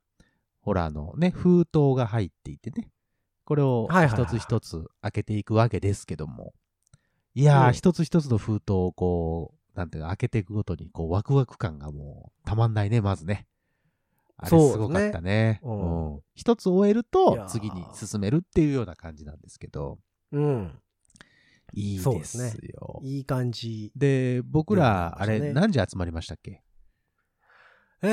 Speaker 3: ほら、あのね、封筒が入っていてね、これを
Speaker 2: はいはいはい
Speaker 3: 一つ一つ開けていくわけですけども、いやー、
Speaker 2: うん
Speaker 3: 一つ一つの封筒をこう、なんていうの、開けていくごとに、こう、ワクワク感がもう、たまんないね、まずね。あ
Speaker 2: そう
Speaker 3: れ
Speaker 2: ですね
Speaker 3: すごかったね。
Speaker 2: う
Speaker 3: うんん一つ終える
Speaker 2: いや
Speaker 3: と
Speaker 2: ー、
Speaker 3: 次に進めるっていうような感じなんですけど、
Speaker 2: うん。
Speaker 3: いい
Speaker 2: そう
Speaker 3: で
Speaker 2: ですすね
Speaker 3: よ。
Speaker 2: いい感じ。
Speaker 3: で、僕ら、あ
Speaker 2: よくやりましたね
Speaker 3: れ、何時集まりましたっけ
Speaker 2: え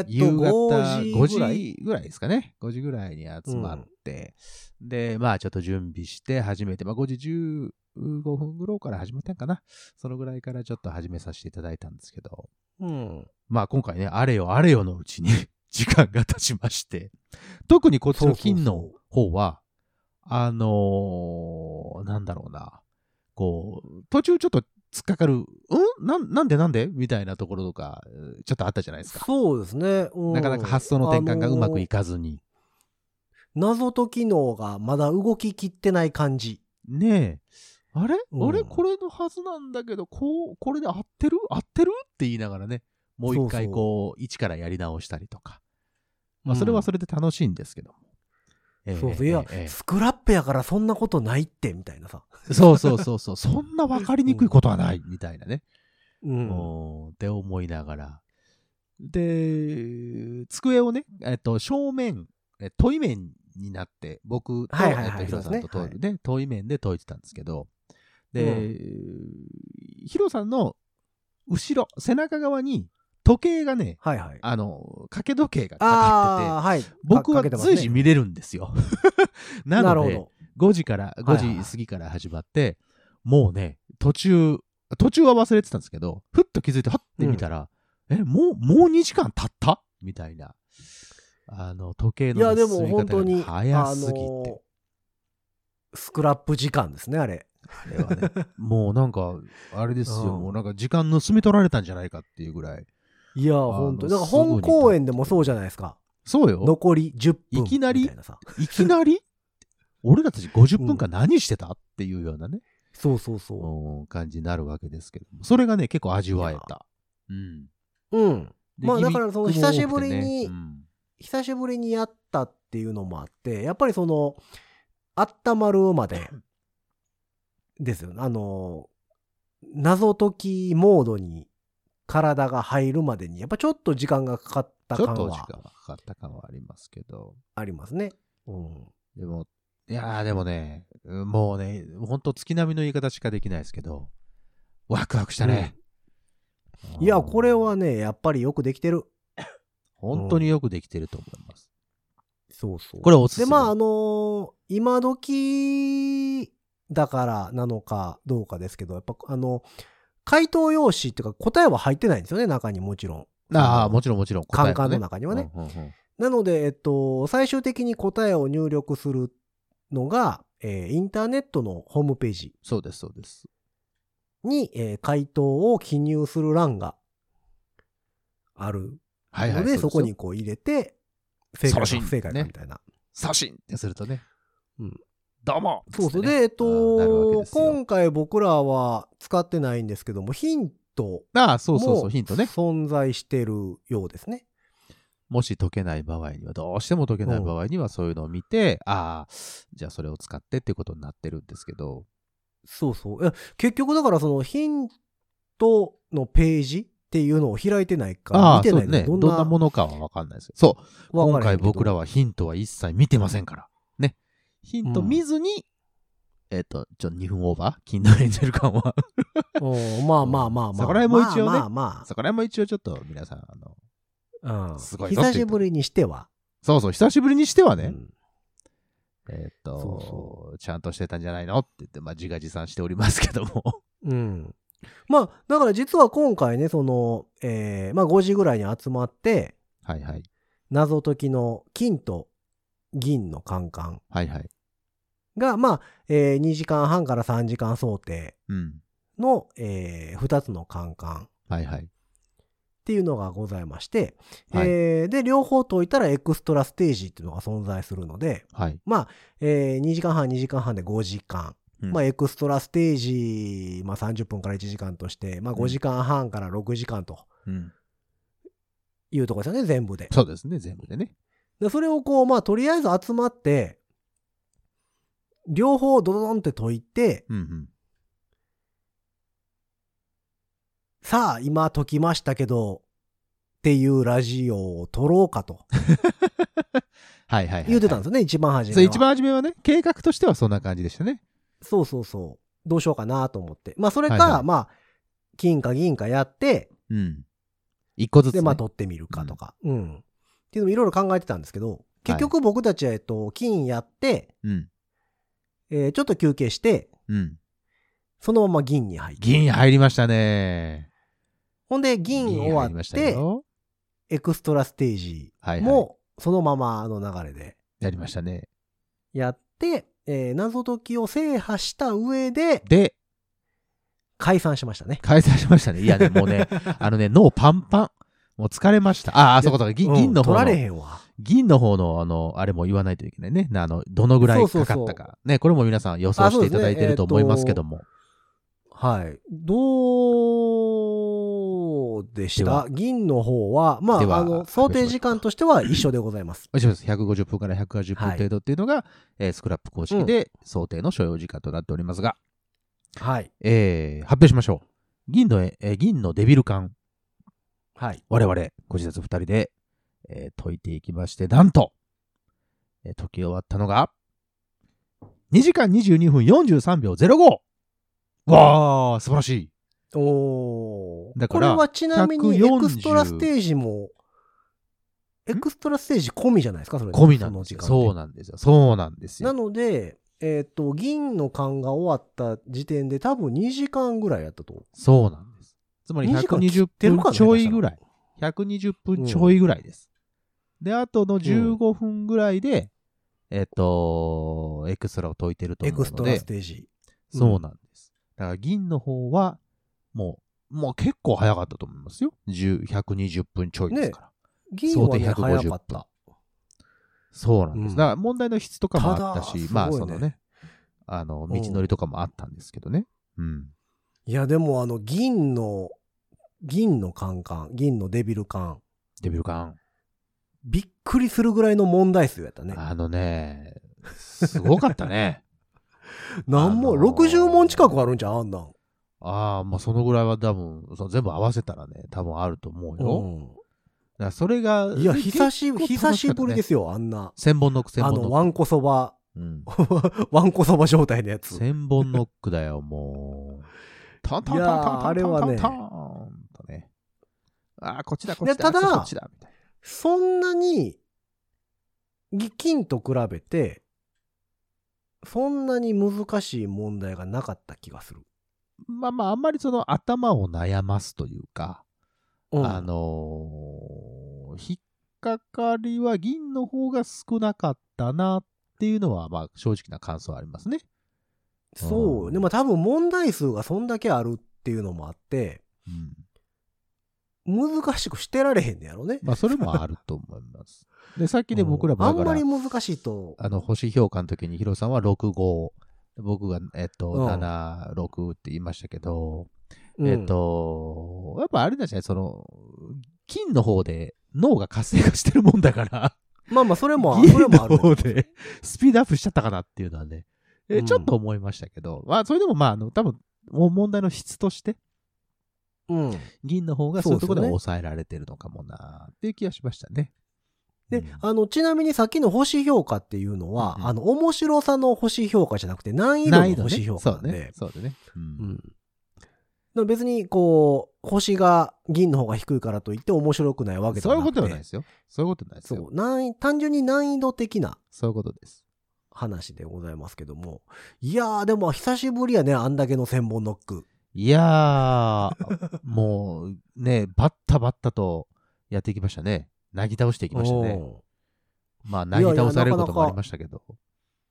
Speaker 2: ー、っと、
Speaker 3: 夕方
Speaker 2: 5
Speaker 3: 5
Speaker 2: 時ぐらい
Speaker 3: 時ぐらいですかね。5時ぐらいに集まって、で、まあちょっと準備して始めて、まあ5時15分ぐらいから始めたんかな。そのぐらいからちょっと始めさせていただいたんですけど、
Speaker 2: うん。
Speaker 3: まあ今回ね、あれよあれよのうちに 時間が経ちまして、特にこっちの金
Speaker 2: そうそう
Speaker 3: の方は、あのーなんだろうな、こう、途中ちょっと突っかかる、うんなんなんでなんでみたいなところとか、ちょっとあったじゃないですか。
Speaker 2: そうですね。うん
Speaker 3: なかなか発想の転換がうまくい
Speaker 2: か、
Speaker 3: かず
Speaker 2: あのー
Speaker 3: に。
Speaker 2: 謎解き能がまだ動ききってない感じ。
Speaker 3: ねえ。あれ、
Speaker 2: うん
Speaker 3: あれこれのはずなんだけど、こう、これで合ってる合ってるって言いながらね、もう一
Speaker 2: そう
Speaker 3: 回
Speaker 2: そう
Speaker 3: こう、一からやり直したりとか。まあ、それはそれで楽しいんですけども。ええ
Speaker 2: そうそう。いや、
Speaker 3: えええ
Speaker 2: スクラップやからそんなことないって、みたいなさ。
Speaker 3: えそうそうそうそう。そんな分かりにくいことはない、みたいなね。
Speaker 2: うん。
Speaker 3: うんって思いながら。で、机をね、えっと、正面、えトイ面になって、僕と、
Speaker 2: はいはいはい
Speaker 3: えっと、ヒロさんと
Speaker 2: そう
Speaker 3: ト
Speaker 2: で
Speaker 3: イ
Speaker 2: す
Speaker 3: レね、トイ面で解いてたんですけど、で、ヒロさんの後ろ、背中側に時計がね、
Speaker 2: はいはい。
Speaker 3: あの、掛け時計がかかってて、
Speaker 2: ああ、はい。
Speaker 3: 僕
Speaker 2: か
Speaker 3: は
Speaker 2: けてますね
Speaker 3: 随時見れるんですよ。 な
Speaker 2: なる
Speaker 3: の
Speaker 2: ほ
Speaker 3: で、
Speaker 2: ど。
Speaker 3: 5時から、
Speaker 2: はいはい
Speaker 3: 5時過ぎから始まって、もうね、途中、途中は忘れてたんですけど、ふっと気づいて、はって見たら、え、もう、もう2時間経ったみたいな。あの、時計
Speaker 2: い
Speaker 3: の
Speaker 2: や、で
Speaker 3: 進
Speaker 2: も
Speaker 3: み方
Speaker 2: 本当に
Speaker 3: が、早すぎて、
Speaker 2: ースクラップ時間ですね、あれ。
Speaker 3: あれはね、 もうなんか、あれですよ、
Speaker 2: うん
Speaker 3: もうなんか時間盗み取られたんじゃないかっていうぐらい。
Speaker 2: いや、
Speaker 3: の
Speaker 2: 本当に。なんか
Speaker 3: すぐに
Speaker 2: 本公演でもそうじゃないですか。
Speaker 3: そうよ。
Speaker 2: 残り10分。
Speaker 3: いきなり
Speaker 2: みたいなさ。
Speaker 3: いきなり俺らたち50分間何してた、っていうようなね、
Speaker 2: そうそうそ
Speaker 3: うん感じになるわけですけどもそれがね、結構味わえ
Speaker 2: いや
Speaker 3: た。うん。
Speaker 2: う。うん。
Speaker 3: で
Speaker 2: まあ
Speaker 3: ギ
Speaker 2: だ
Speaker 3: ミ
Speaker 2: からその
Speaker 3: ックも多
Speaker 2: 久
Speaker 3: くて
Speaker 2: しぶりに
Speaker 3: うん
Speaker 2: 久しぶりにやったっていうのもあって、やっぱりその、あったまるまで、ですよね。あの、謎解きモードに体が入るまでに、やっぱちょっと時間がかかった
Speaker 3: ちょ
Speaker 2: 感
Speaker 3: っと時
Speaker 2: は
Speaker 3: 間はかかった感はありますけど。
Speaker 2: ありますね。うん。
Speaker 3: でも、いやーでもね、うんもうね、ほんと月並みの言い方しかできないですけど、ワクワクしたね。
Speaker 2: いや、
Speaker 3: うん
Speaker 2: これはね、やっぱりよくできてる。
Speaker 3: 本当によくできてると思います。
Speaker 2: そうそう。
Speaker 3: これおすすめ。
Speaker 2: で、まあ、あのー今時だからなのかどうかですけど、やっぱ、あの、回答用紙っていうか答えは入ってないんですよね、中にもちろん。
Speaker 3: ああ、
Speaker 2: も
Speaker 3: もちろんもちろん。
Speaker 2: カン
Speaker 3: 答
Speaker 2: カ
Speaker 3: え
Speaker 2: ン
Speaker 3: も
Speaker 2: の中にはね。
Speaker 3: うんうんうん
Speaker 2: なので、えっと、最終的に答えを入力するのが、えーインターネットのホームページ
Speaker 3: そうです、そうです。
Speaker 2: に、えー回答を記入する欄がある
Speaker 3: はい
Speaker 2: の
Speaker 3: はい。
Speaker 2: で、
Speaker 3: うです
Speaker 2: そこにこう入れて、正解か
Speaker 3: 送信
Speaker 2: 不正解か
Speaker 3: ね
Speaker 2: みたいな。
Speaker 3: 送信ってするとね。
Speaker 2: うん
Speaker 3: どうも
Speaker 2: そうそう。
Speaker 3: つ
Speaker 2: で、
Speaker 3: って
Speaker 2: えっ
Speaker 3: ねうんなるわけ
Speaker 2: と
Speaker 3: で、すよ
Speaker 2: 今回僕らは使ってないんですけども、ヒント
Speaker 3: ああ、そうそうそ
Speaker 2: も
Speaker 3: う、ヒントね。
Speaker 2: 存在してるようですね。
Speaker 3: もし解けない場合には、どうしても解けない場合には、そういうのを見て、ああ、じゃあそれを使ってってことになってるんですけど、
Speaker 2: そうそう。え結局だからそのヒントのページっていうのを開いてないから、見
Speaker 3: ああ、
Speaker 2: て
Speaker 3: そ
Speaker 2: な
Speaker 3: う
Speaker 2: い
Speaker 3: ね。
Speaker 2: の
Speaker 3: ど
Speaker 2: で
Speaker 3: ん
Speaker 2: どんな
Speaker 3: なものかはわかんないですよ。そう。今回僕ら
Speaker 2: は。
Speaker 3: はヒントは一切見てませんから。ね。ヒント見ずに、えっと、ちょ、2分オーバー金のエンジェ ル感は。
Speaker 2: うんまあまあま あまあ。
Speaker 3: そこら辺も一応ね
Speaker 2: まあま
Speaker 3: そこら辺も一応ちょっと皆さん、
Speaker 2: あ
Speaker 3: あの、
Speaker 2: まあ。うん
Speaker 3: すごいぞっていう
Speaker 2: 久しぶりにしては。
Speaker 3: そうそう、久しぶりにしてはね、
Speaker 2: うん
Speaker 3: えーっと
Speaker 2: そうそ
Speaker 3: ちゃんとしてたんじゃないのって言って、まあ、自画自賛しておりますけども。
Speaker 2: うん。まあ、だから実は今回ね、その、えーまあ5時ぐらいに集まって、
Speaker 3: はいはい。
Speaker 2: 謎解きの金と銀のカンカン
Speaker 3: はいはい。
Speaker 2: が、まあ、えー2時間半から3時間想定
Speaker 3: うん。
Speaker 2: の、え2つのカンカンっ
Speaker 3: はいはい。
Speaker 2: ていうのがございまして、
Speaker 3: はい
Speaker 2: えーで、両方解いたらエクストラステージっていうのが存在するので、
Speaker 3: はい。
Speaker 2: え2時間半、2時間半で5時間。
Speaker 3: うん
Speaker 2: まあ、エクストラステージ、まあ、30分から1時間として、まあ、5時間半から6時間と
Speaker 3: うん。
Speaker 2: いうところですよね、全部で。
Speaker 3: そうですね、全部でね。
Speaker 2: で、それをこう、まあ、とりあえず集まって、両方ドドドンって解いて、
Speaker 3: うんうん。
Speaker 2: さあ、今解きましたけど、っていうラジオを撮ろうかと
Speaker 3: はいはいはい、はい。
Speaker 2: 言ってたんですよね、一番初め
Speaker 3: そ
Speaker 2: は
Speaker 3: う一番初めはね、計画としてはそんな感じでしたね。
Speaker 2: そうそうそう。どうしようかなと思って。まあ、それか、
Speaker 3: はいはい
Speaker 2: まあ、金か銀かやって、
Speaker 3: うん。一個ずつ、ね。
Speaker 2: で、まあ、取ってみるかとか。うん。っていうのもいろいろ考えてたんですけど、結局僕たちは、えっと、金やって、
Speaker 3: うん。
Speaker 2: えーちょっと休憩して、
Speaker 3: うん。
Speaker 2: そのまま銀に入って。
Speaker 3: 銀入りましたね。
Speaker 2: ほんで、銀終わ
Speaker 3: 銀入りま
Speaker 2: っ
Speaker 3: した
Speaker 2: て、
Speaker 3: よ
Speaker 2: エクストラステージ
Speaker 3: はいはい。
Speaker 2: もそのままの流れで
Speaker 3: やりましたね。
Speaker 2: やって、えー謎解きを制覇した上で
Speaker 3: で、
Speaker 2: 解散しましたね。
Speaker 3: 開催しましたね。いやね、も うね、あのね、脳パンパン。もう疲れました。ああ、そうかそうか、銀
Speaker 2: うん
Speaker 3: 銀の方
Speaker 2: 取
Speaker 3: の
Speaker 2: られへんわ。
Speaker 3: 銀の方の、あの、あれも言わないといけないね。なあの、どのぐらいかかったか。
Speaker 2: そうそうそ
Speaker 3: ね、これも皆さん予想していただいてると思いますけども。
Speaker 2: はい。どうでし
Speaker 3: で
Speaker 2: た
Speaker 3: は
Speaker 2: 銀の方は、ま
Speaker 3: で
Speaker 2: あ、
Speaker 3: は
Speaker 2: あの、想定時間としては一緒でござい ます。
Speaker 3: お願いします150分から180分程度っていうのが、えースクラップ公式で想定の所要時間となっておりますが、
Speaker 2: はい。
Speaker 3: えー発表しましょう。銀のえ、えー銀のデビル感、
Speaker 2: はい。
Speaker 3: 我々、ご自殺2人で、えー解いていきまして、なんと、えー解き終わったのが、2時間22分43秒05。わー、素晴らしい。
Speaker 2: おー
Speaker 3: だ
Speaker 2: こ
Speaker 3: か
Speaker 2: れ
Speaker 3: ら
Speaker 2: はちなみにエ
Speaker 3: 140
Speaker 2: クストラステージも、エクストラステージ込みじゃないですか、それ。
Speaker 3: 込みなんです
Speaker 2: その時間っ
Speaker 3: よ。
Speaker 2: て
Speaker 3: そうなんですよ。そうなんです
Speaker 2: な
Speaker 3: よ。
Speaker 2: ので、えっ、と、銀の勘が終わった時点で多分2時間ぐらいやったと。
Speaker 3: そうなんです。つまり
Speaker 2: 2時間切
Speaker 3: 120
Speaker 2: ってるか
Speaker 3: 分
Speaker 2: ね
Speaker 3: ちょいぐらい。120分ちょいぐらいです。で、あとの15分ぐらいで、えっと、エクストラを解いてると
Speaker 2: エ
Speaker 3: 思うの
Speaker 2: ク
Speaker 3: で。
Speaker 2: ストラステージ。うん
Speaker 3: そうなんです。だから銀の方は、もう、もう結構早かったと思いますよ。10 120分ちょいですから。
Speaker 2: 銀は、ね、
Speaker 3: 想定150
Speaker 2: 早かった。
Speaker 3: そうなんです。
Speaker 2: うん
Speaker 3: だから問題の質とかもあった
Speaker 2: た
Speaker 3: し、
Speaker 2: だ
Speaker 3: まあ
Speaker 2: すごい
Speaker 3: そ
Speaker 2: ね
Speaker 3: のね、あの、道のりとかもあったんですけどね。うん。
Speaker 2: いや、でもあの、銀の、銀の勘勘、銀のデビル勘、
Speaker 3: デビルカン。
Speaker 2: びっくりするぐらいの問題数やったね。
Speaker 3: あのね、すごかったね。
Speaker 2: なんも、
Speaker 3: あのー
Speaker 2: 60問近くあるんじゃん、あんなん。
Speaker 3: ああ、もうそのぐらいは多分、その全部合わせたらね、多分あると思うよ。だからそれが、
Speaker 2: うんいや、
Speaker 3: 結
Speaker 2: 久しぶり、
Speaker 3: 結構楽
Speaker 2: 久
Speaker 3: しか
Speaker 2: し
Speaker 3: ったね
Speaker 2: ぶりですよ、あんな。
Speaker 3: 千本ノック、千
Speaker 2: あ
Speaker 3: 本
Speaker 2: の、
Speaker 3: ノッ
Speaker 2: わんこそば、
Speaker 3: ク。うん。
Speaker 2: わんこそば状態のやつ。
Speaker 3: 千本ノックだよ、もう。タンタンタンタンタンタンタンタンとね。ああ、こっちだ、こっちだ。
Speaker 2: でただ
Speaker 3: あっちこっちだ、みたい
Speaker 2: そんなに、ぎ金と比べて、そんなに難しい問題がなかった気がする。
Speaker 3: な。まあまあ、あんまりその頭を悩ますというか、
Speaker 2: うん
Speaker 3: あのー引っかかりは銀の方が少なかったなっていうのは、まあ、正直な感想はありますね。
Speaker 2: そうう。
Speaker 3: ん
Speaker 2: でも多分問題数がそんだけあるっていうのもあって、
Speaker 3: うん。
Speaker 2: 難しくしてられへんねやろね。
Speaker 3: まあ、それもあると思います。で、さっき ね、
Speaker 2: うん
Speaker 3: 僕らも
Speaker 2: あ
Speaker 3: だ
Speaker 2: ん
Speaker 3: か
Speaker 2: ま
Speaker 3: ら
Speaker 2: り、難しいと。
Speaker 3: あの、星評価の時にヒロさんは6、5、僕が、えっと、
Speaker 2: うん
Speaker 3: 7、6って言いましたけど、
Speaker 2: うん
Speaker 3: えっ、と、やっぱあれだじゃない、その、金の方で脳が活性化してるもんだから、
Speaker 2: まあまあ、それも、それ
Speaker 3: 銀の
Speaker 2: もある。
Speaker 3: 方でスピードアップしちゃったかなっていうのはね、え
Speaker 2: うん
Speaker 3: ちょっと思いましたけど、まあ、それでもまあ、あの、多分、もう問題の質として、
Speaker 2: うん。
Speaker 3: 銀の方がそういうとこ
Speaker 2: そ
Speaker 3: ろで
Speaker 2: うで
Speaker 3: 抑えられてるのかもなっていう気がしましたね。
Speaker 2: で
Speaker 3: うん、
Speaker 2: あの、ちなみにさっきの星評価っていうのは、
Speaker 3: うん
Speaker 2: あの、面白さの星評価じゃなくて、難易度
Speaker 3: 難易
Speaker 2: の
Speaker 3: 度
Speaker 2: 星
Speaker 3: ね
Speaker 2: 評。価
Speaker 3: そ
Speaker 2: なん
Speaker 3: う
Speaker 2: で、
Speaker 3: ね。そうだね。
Speaker 2: う
Speaker 3: うん
Speaker 2: ん。だから別に、こう、星が銀の方が低いからといって面白くないわけで
Speaker 3: そう
Speaker 2: は
Speaker 3: いう
Speaker 2: なく
Speaker 3: こ
Speaker 2: て
Speaker 3: とはないですよ。そういうことないです
Speaker 2: そ
Speaker 3: よ。
Speaker 2: う難易単純に難易度的な
Speaker 3: そういうことです。
Speaker 2: 話でございますけども。いやー、でも久しぶりやね、あんだけの千本ノック。
Speaker 3: いやー、もうね、 バッタバッタとやっていきましたね。なぎ倒していきましたね。まあ、なぎ倒されることもありましたけど。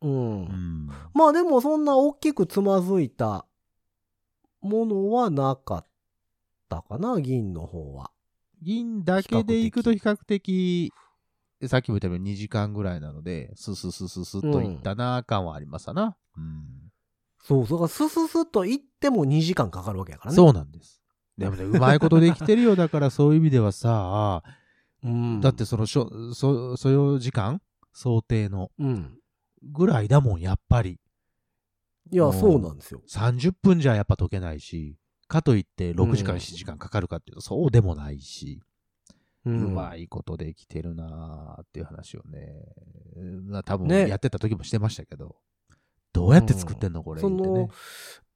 Speaker 2: うん。うん。
Speaker 3: うん
Speaker 2: まあでもそんな大きくつまずいたものはなかったかな、銀の方は。
Speaker 3: 銀だけでいくと比較的、さっきも言ったように2時間ぐらいなので、スススススっといったな感はありましたな。うん
Speaker 2: そう、そうだからスススと行っても2時間かかるわけやからね。
Speaker 3: そうなんです。でもね、うまいことできてるよ。だからそういう意味ではさ、
Speaker 2: う。ん。
Speaker 3: だって、そのしょ、そ、所要時間想定の
Speaker 2: うん。
Speaker 3: ぐらいだもん、やっぱり。
Speaker 2: いや、
Speaker 3: うん
Speaker 2: そうなんですよ。
Speaker 3: 30分じゃやっぱ解けないし、かといって6時
Speaker 2: う
Speaker 3: 間
Speaker 2: ん
Speaker 3: 7時間かかるかっていうとそうでもないし、
Speaker 2: う。
Speaker 3: うんまいことできてるなーっていう話をね、まあ多分
Speaker 2: ね
Speaker 3: やってた時もしてましたけど、どうやって作ってんのこれ、
Speaker 2: そ
Speaker 3: って
Speaker 2: の
Speaker 3: ね。、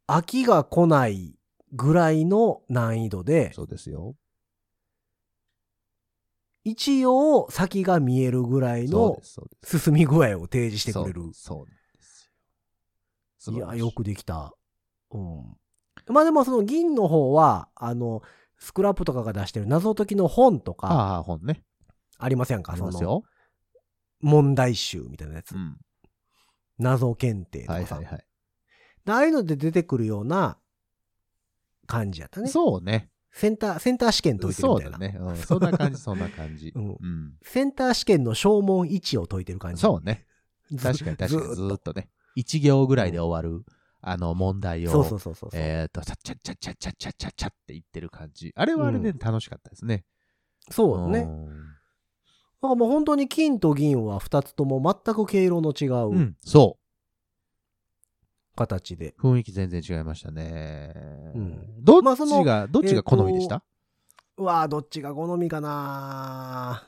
Speaker 2: 飽きが来ないぐらいの難易度で、
Speaker 3: そうですよ。
Speaker 2: 一応先が見えるぐらい
Speaker 3: そう
Speaker 2: の
Speaker 3: です、そうです。
Speaker 2: 進み具合を提示してくれ
Speaker 3: そう
Speaker 2: る。
Speaker 3: そうなんですよ。
Speaker 2: い
Speaker 3: 素晴ら
Speaker 2: や、
Speaker 3: し
Speaker 2: よくできた。うん。まあでもその銀の方は、あの、スクラップとかが出してる謎解きの本とか
Speaker 3: ああ、本ね。
Speaker 2: ありません
Speaker 3: あ
Speaker 2: か
Speaker 3: り
Speaker 2: そ
Speaker 3: ます
Speaker 2: の
Speaker 3: よ。
Speaker 2: 問題集みたいなやつ
Speaker 3: う。ん。
Speaker 2: 謎検定と
Speaker 3: はい
Speaker 2: かさ
Speaker 3: はい。はい。
Speaker 2: でああいうので出てくるような感じやったね。
Speaker 3: そうね。
Speaker 2: センター、センター試験解いてる
Speaker 3: そ
Speaker 2: みた
Speaker 3: う
Speaker 2: いな。
Speaker 3: だね。うんそんな感じ、そんな感じ。
Speaker 2: うん
Speaker 3: うん。
Speaker 2: センター試験の小問1を解いてる感じ。
Speaker 3: そうね。
Speaker 2: ず
Speaker 3: 確かに確かにず
Speaker 2: ずー
Speaker 3: ー
Speaker 2: っ
Speaker 3: っとね。1行ぐらいで終わる、あの問題
Speaker 2: と。
Speaker 3: を、
Speaker 2: そうそうそうそう。
Speaker 3: えっ、と、チャッチャッチャッチャッチャッチャッチャッチャッって言ってる感じ。あれはあれで
Speaker 2: うん
Speaker 3: 楽しかったですね。
Speaker 2: そうだね。
Speaker 3: う
Speaker 2: だか
Speaker 3: ん
Speaker 2: らもう本当に金と銀は2つとも全く毛色の違
Speaker 3: う、
Speaker 2: うん
Speaker 3: そ
Speaker 2: 形で。
Speaker 3: う。雰囲気全然違いましたね。
Speaker 2: うん
Speaker 3: どっち
Speaker 2: まあ
Speaker 3: が、
Speaker 2: その
Speaker 3: どっちが好みでした、
Speaker 2: うわあどっちが好みかな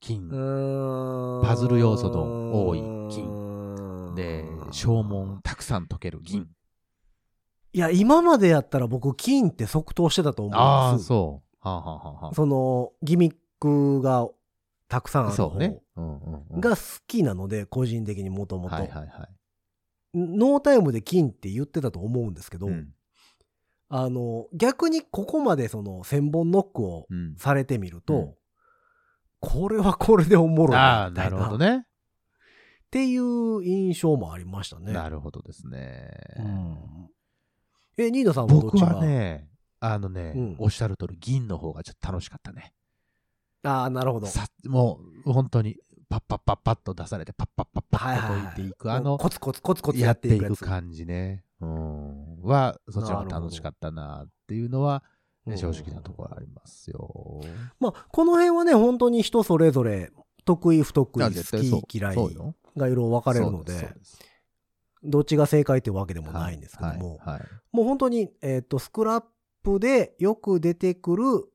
Speaker 3: 金
Speaker 2: う。ーん。
Speaker 3: パズル要素の多い
Speaker 2: 金
Speaker 3: で、小問たくさん解ける銀。
Speaker 2: いや、今までやったら僕、金って即答してたと思う
Speaker 3: ああ
Speaker 2: ん
Speaker 3: ー、
Speaker 2: です。
Speaker 3: そう。はあ、はあはあは
Speaker 2: その、ギミックがたくさんあ
Speaker 3: あ、
Speaker 2: る
Speaker 3: そうね
Speaker 2: 方。
Speaker 3: うんうんうん、
Speaker 2: が好きなので、個人的にもともと。
Speaker 3: はいはいはい。
Speaker 2: ノータイムで金って言ってたと思うんですけど、
Speaker 3: うん
Speaker 2: あの、逆にここまでその、千本ノックを
Speaker 3: うん
Speaker 2: されてみると、
Speaker 3: うん
Speaker 2: これはこれでおもろい
Speaker 3: あ
Speaker 2: な
Speaker 3: あ、
Speaker 2: みた
Speaker 3: ないる
Speaker 2: な
Speaker 3: ほどね。
Speaker 2: っていう印象もありましたね。
Speaker 3: なるほどですね。
Speaker 2: うんえ、ニーナさんはどっ
Speaker 3: 僕
Speaker 2: ちが
Speaker 3: はね、あのね、
Speaker 2: うん
Speaker 3: おっしゃる通り、銀の方がちょっと楽しかったね。
Speaker 2: ああ、なるほど。
Speaker 3: さもう、本当に、パッパッパッパッと出されて、パッパッパッパッと置いていく、
Speaker 2: はいはいはい
Speaker 3: あの、
Speaker 2: コツコツコツコツ
Speaker 3: や
Speaker 2: や
Speaker 3: っ
Speaker 2: ってて
Speaker 3: い
Speaker 2: いくや
Speaker 3: く
Speaker 2: つ。
Speaker 3: 感じね。うん。は、そちらも楽しかったなっていうのは、ね
Speaker 2: うん
Speaker 3: 正直なところありますよ。
Speaker 2: まあ、この辺はね、本当に人それぞれ、得意不得意、
Speaker 3: あ
Speaker 2: 好
Speaker 3: 絶対そう
Speaker 2: き嫌い
Speaker 3: そうよ
Speaker 2: がいろいろ分かれるの
Speaker 3: そう
Speaker 2: で、
Speaker 3: すそう
Speaker 2: どっちが正解ってわけでも
Speaker 3: す
Speaker 2: ないんですけども、
Speaker 3: はいはいはい
Speaker 2: もう本当に、えっと、スクラップでよく出てくる、う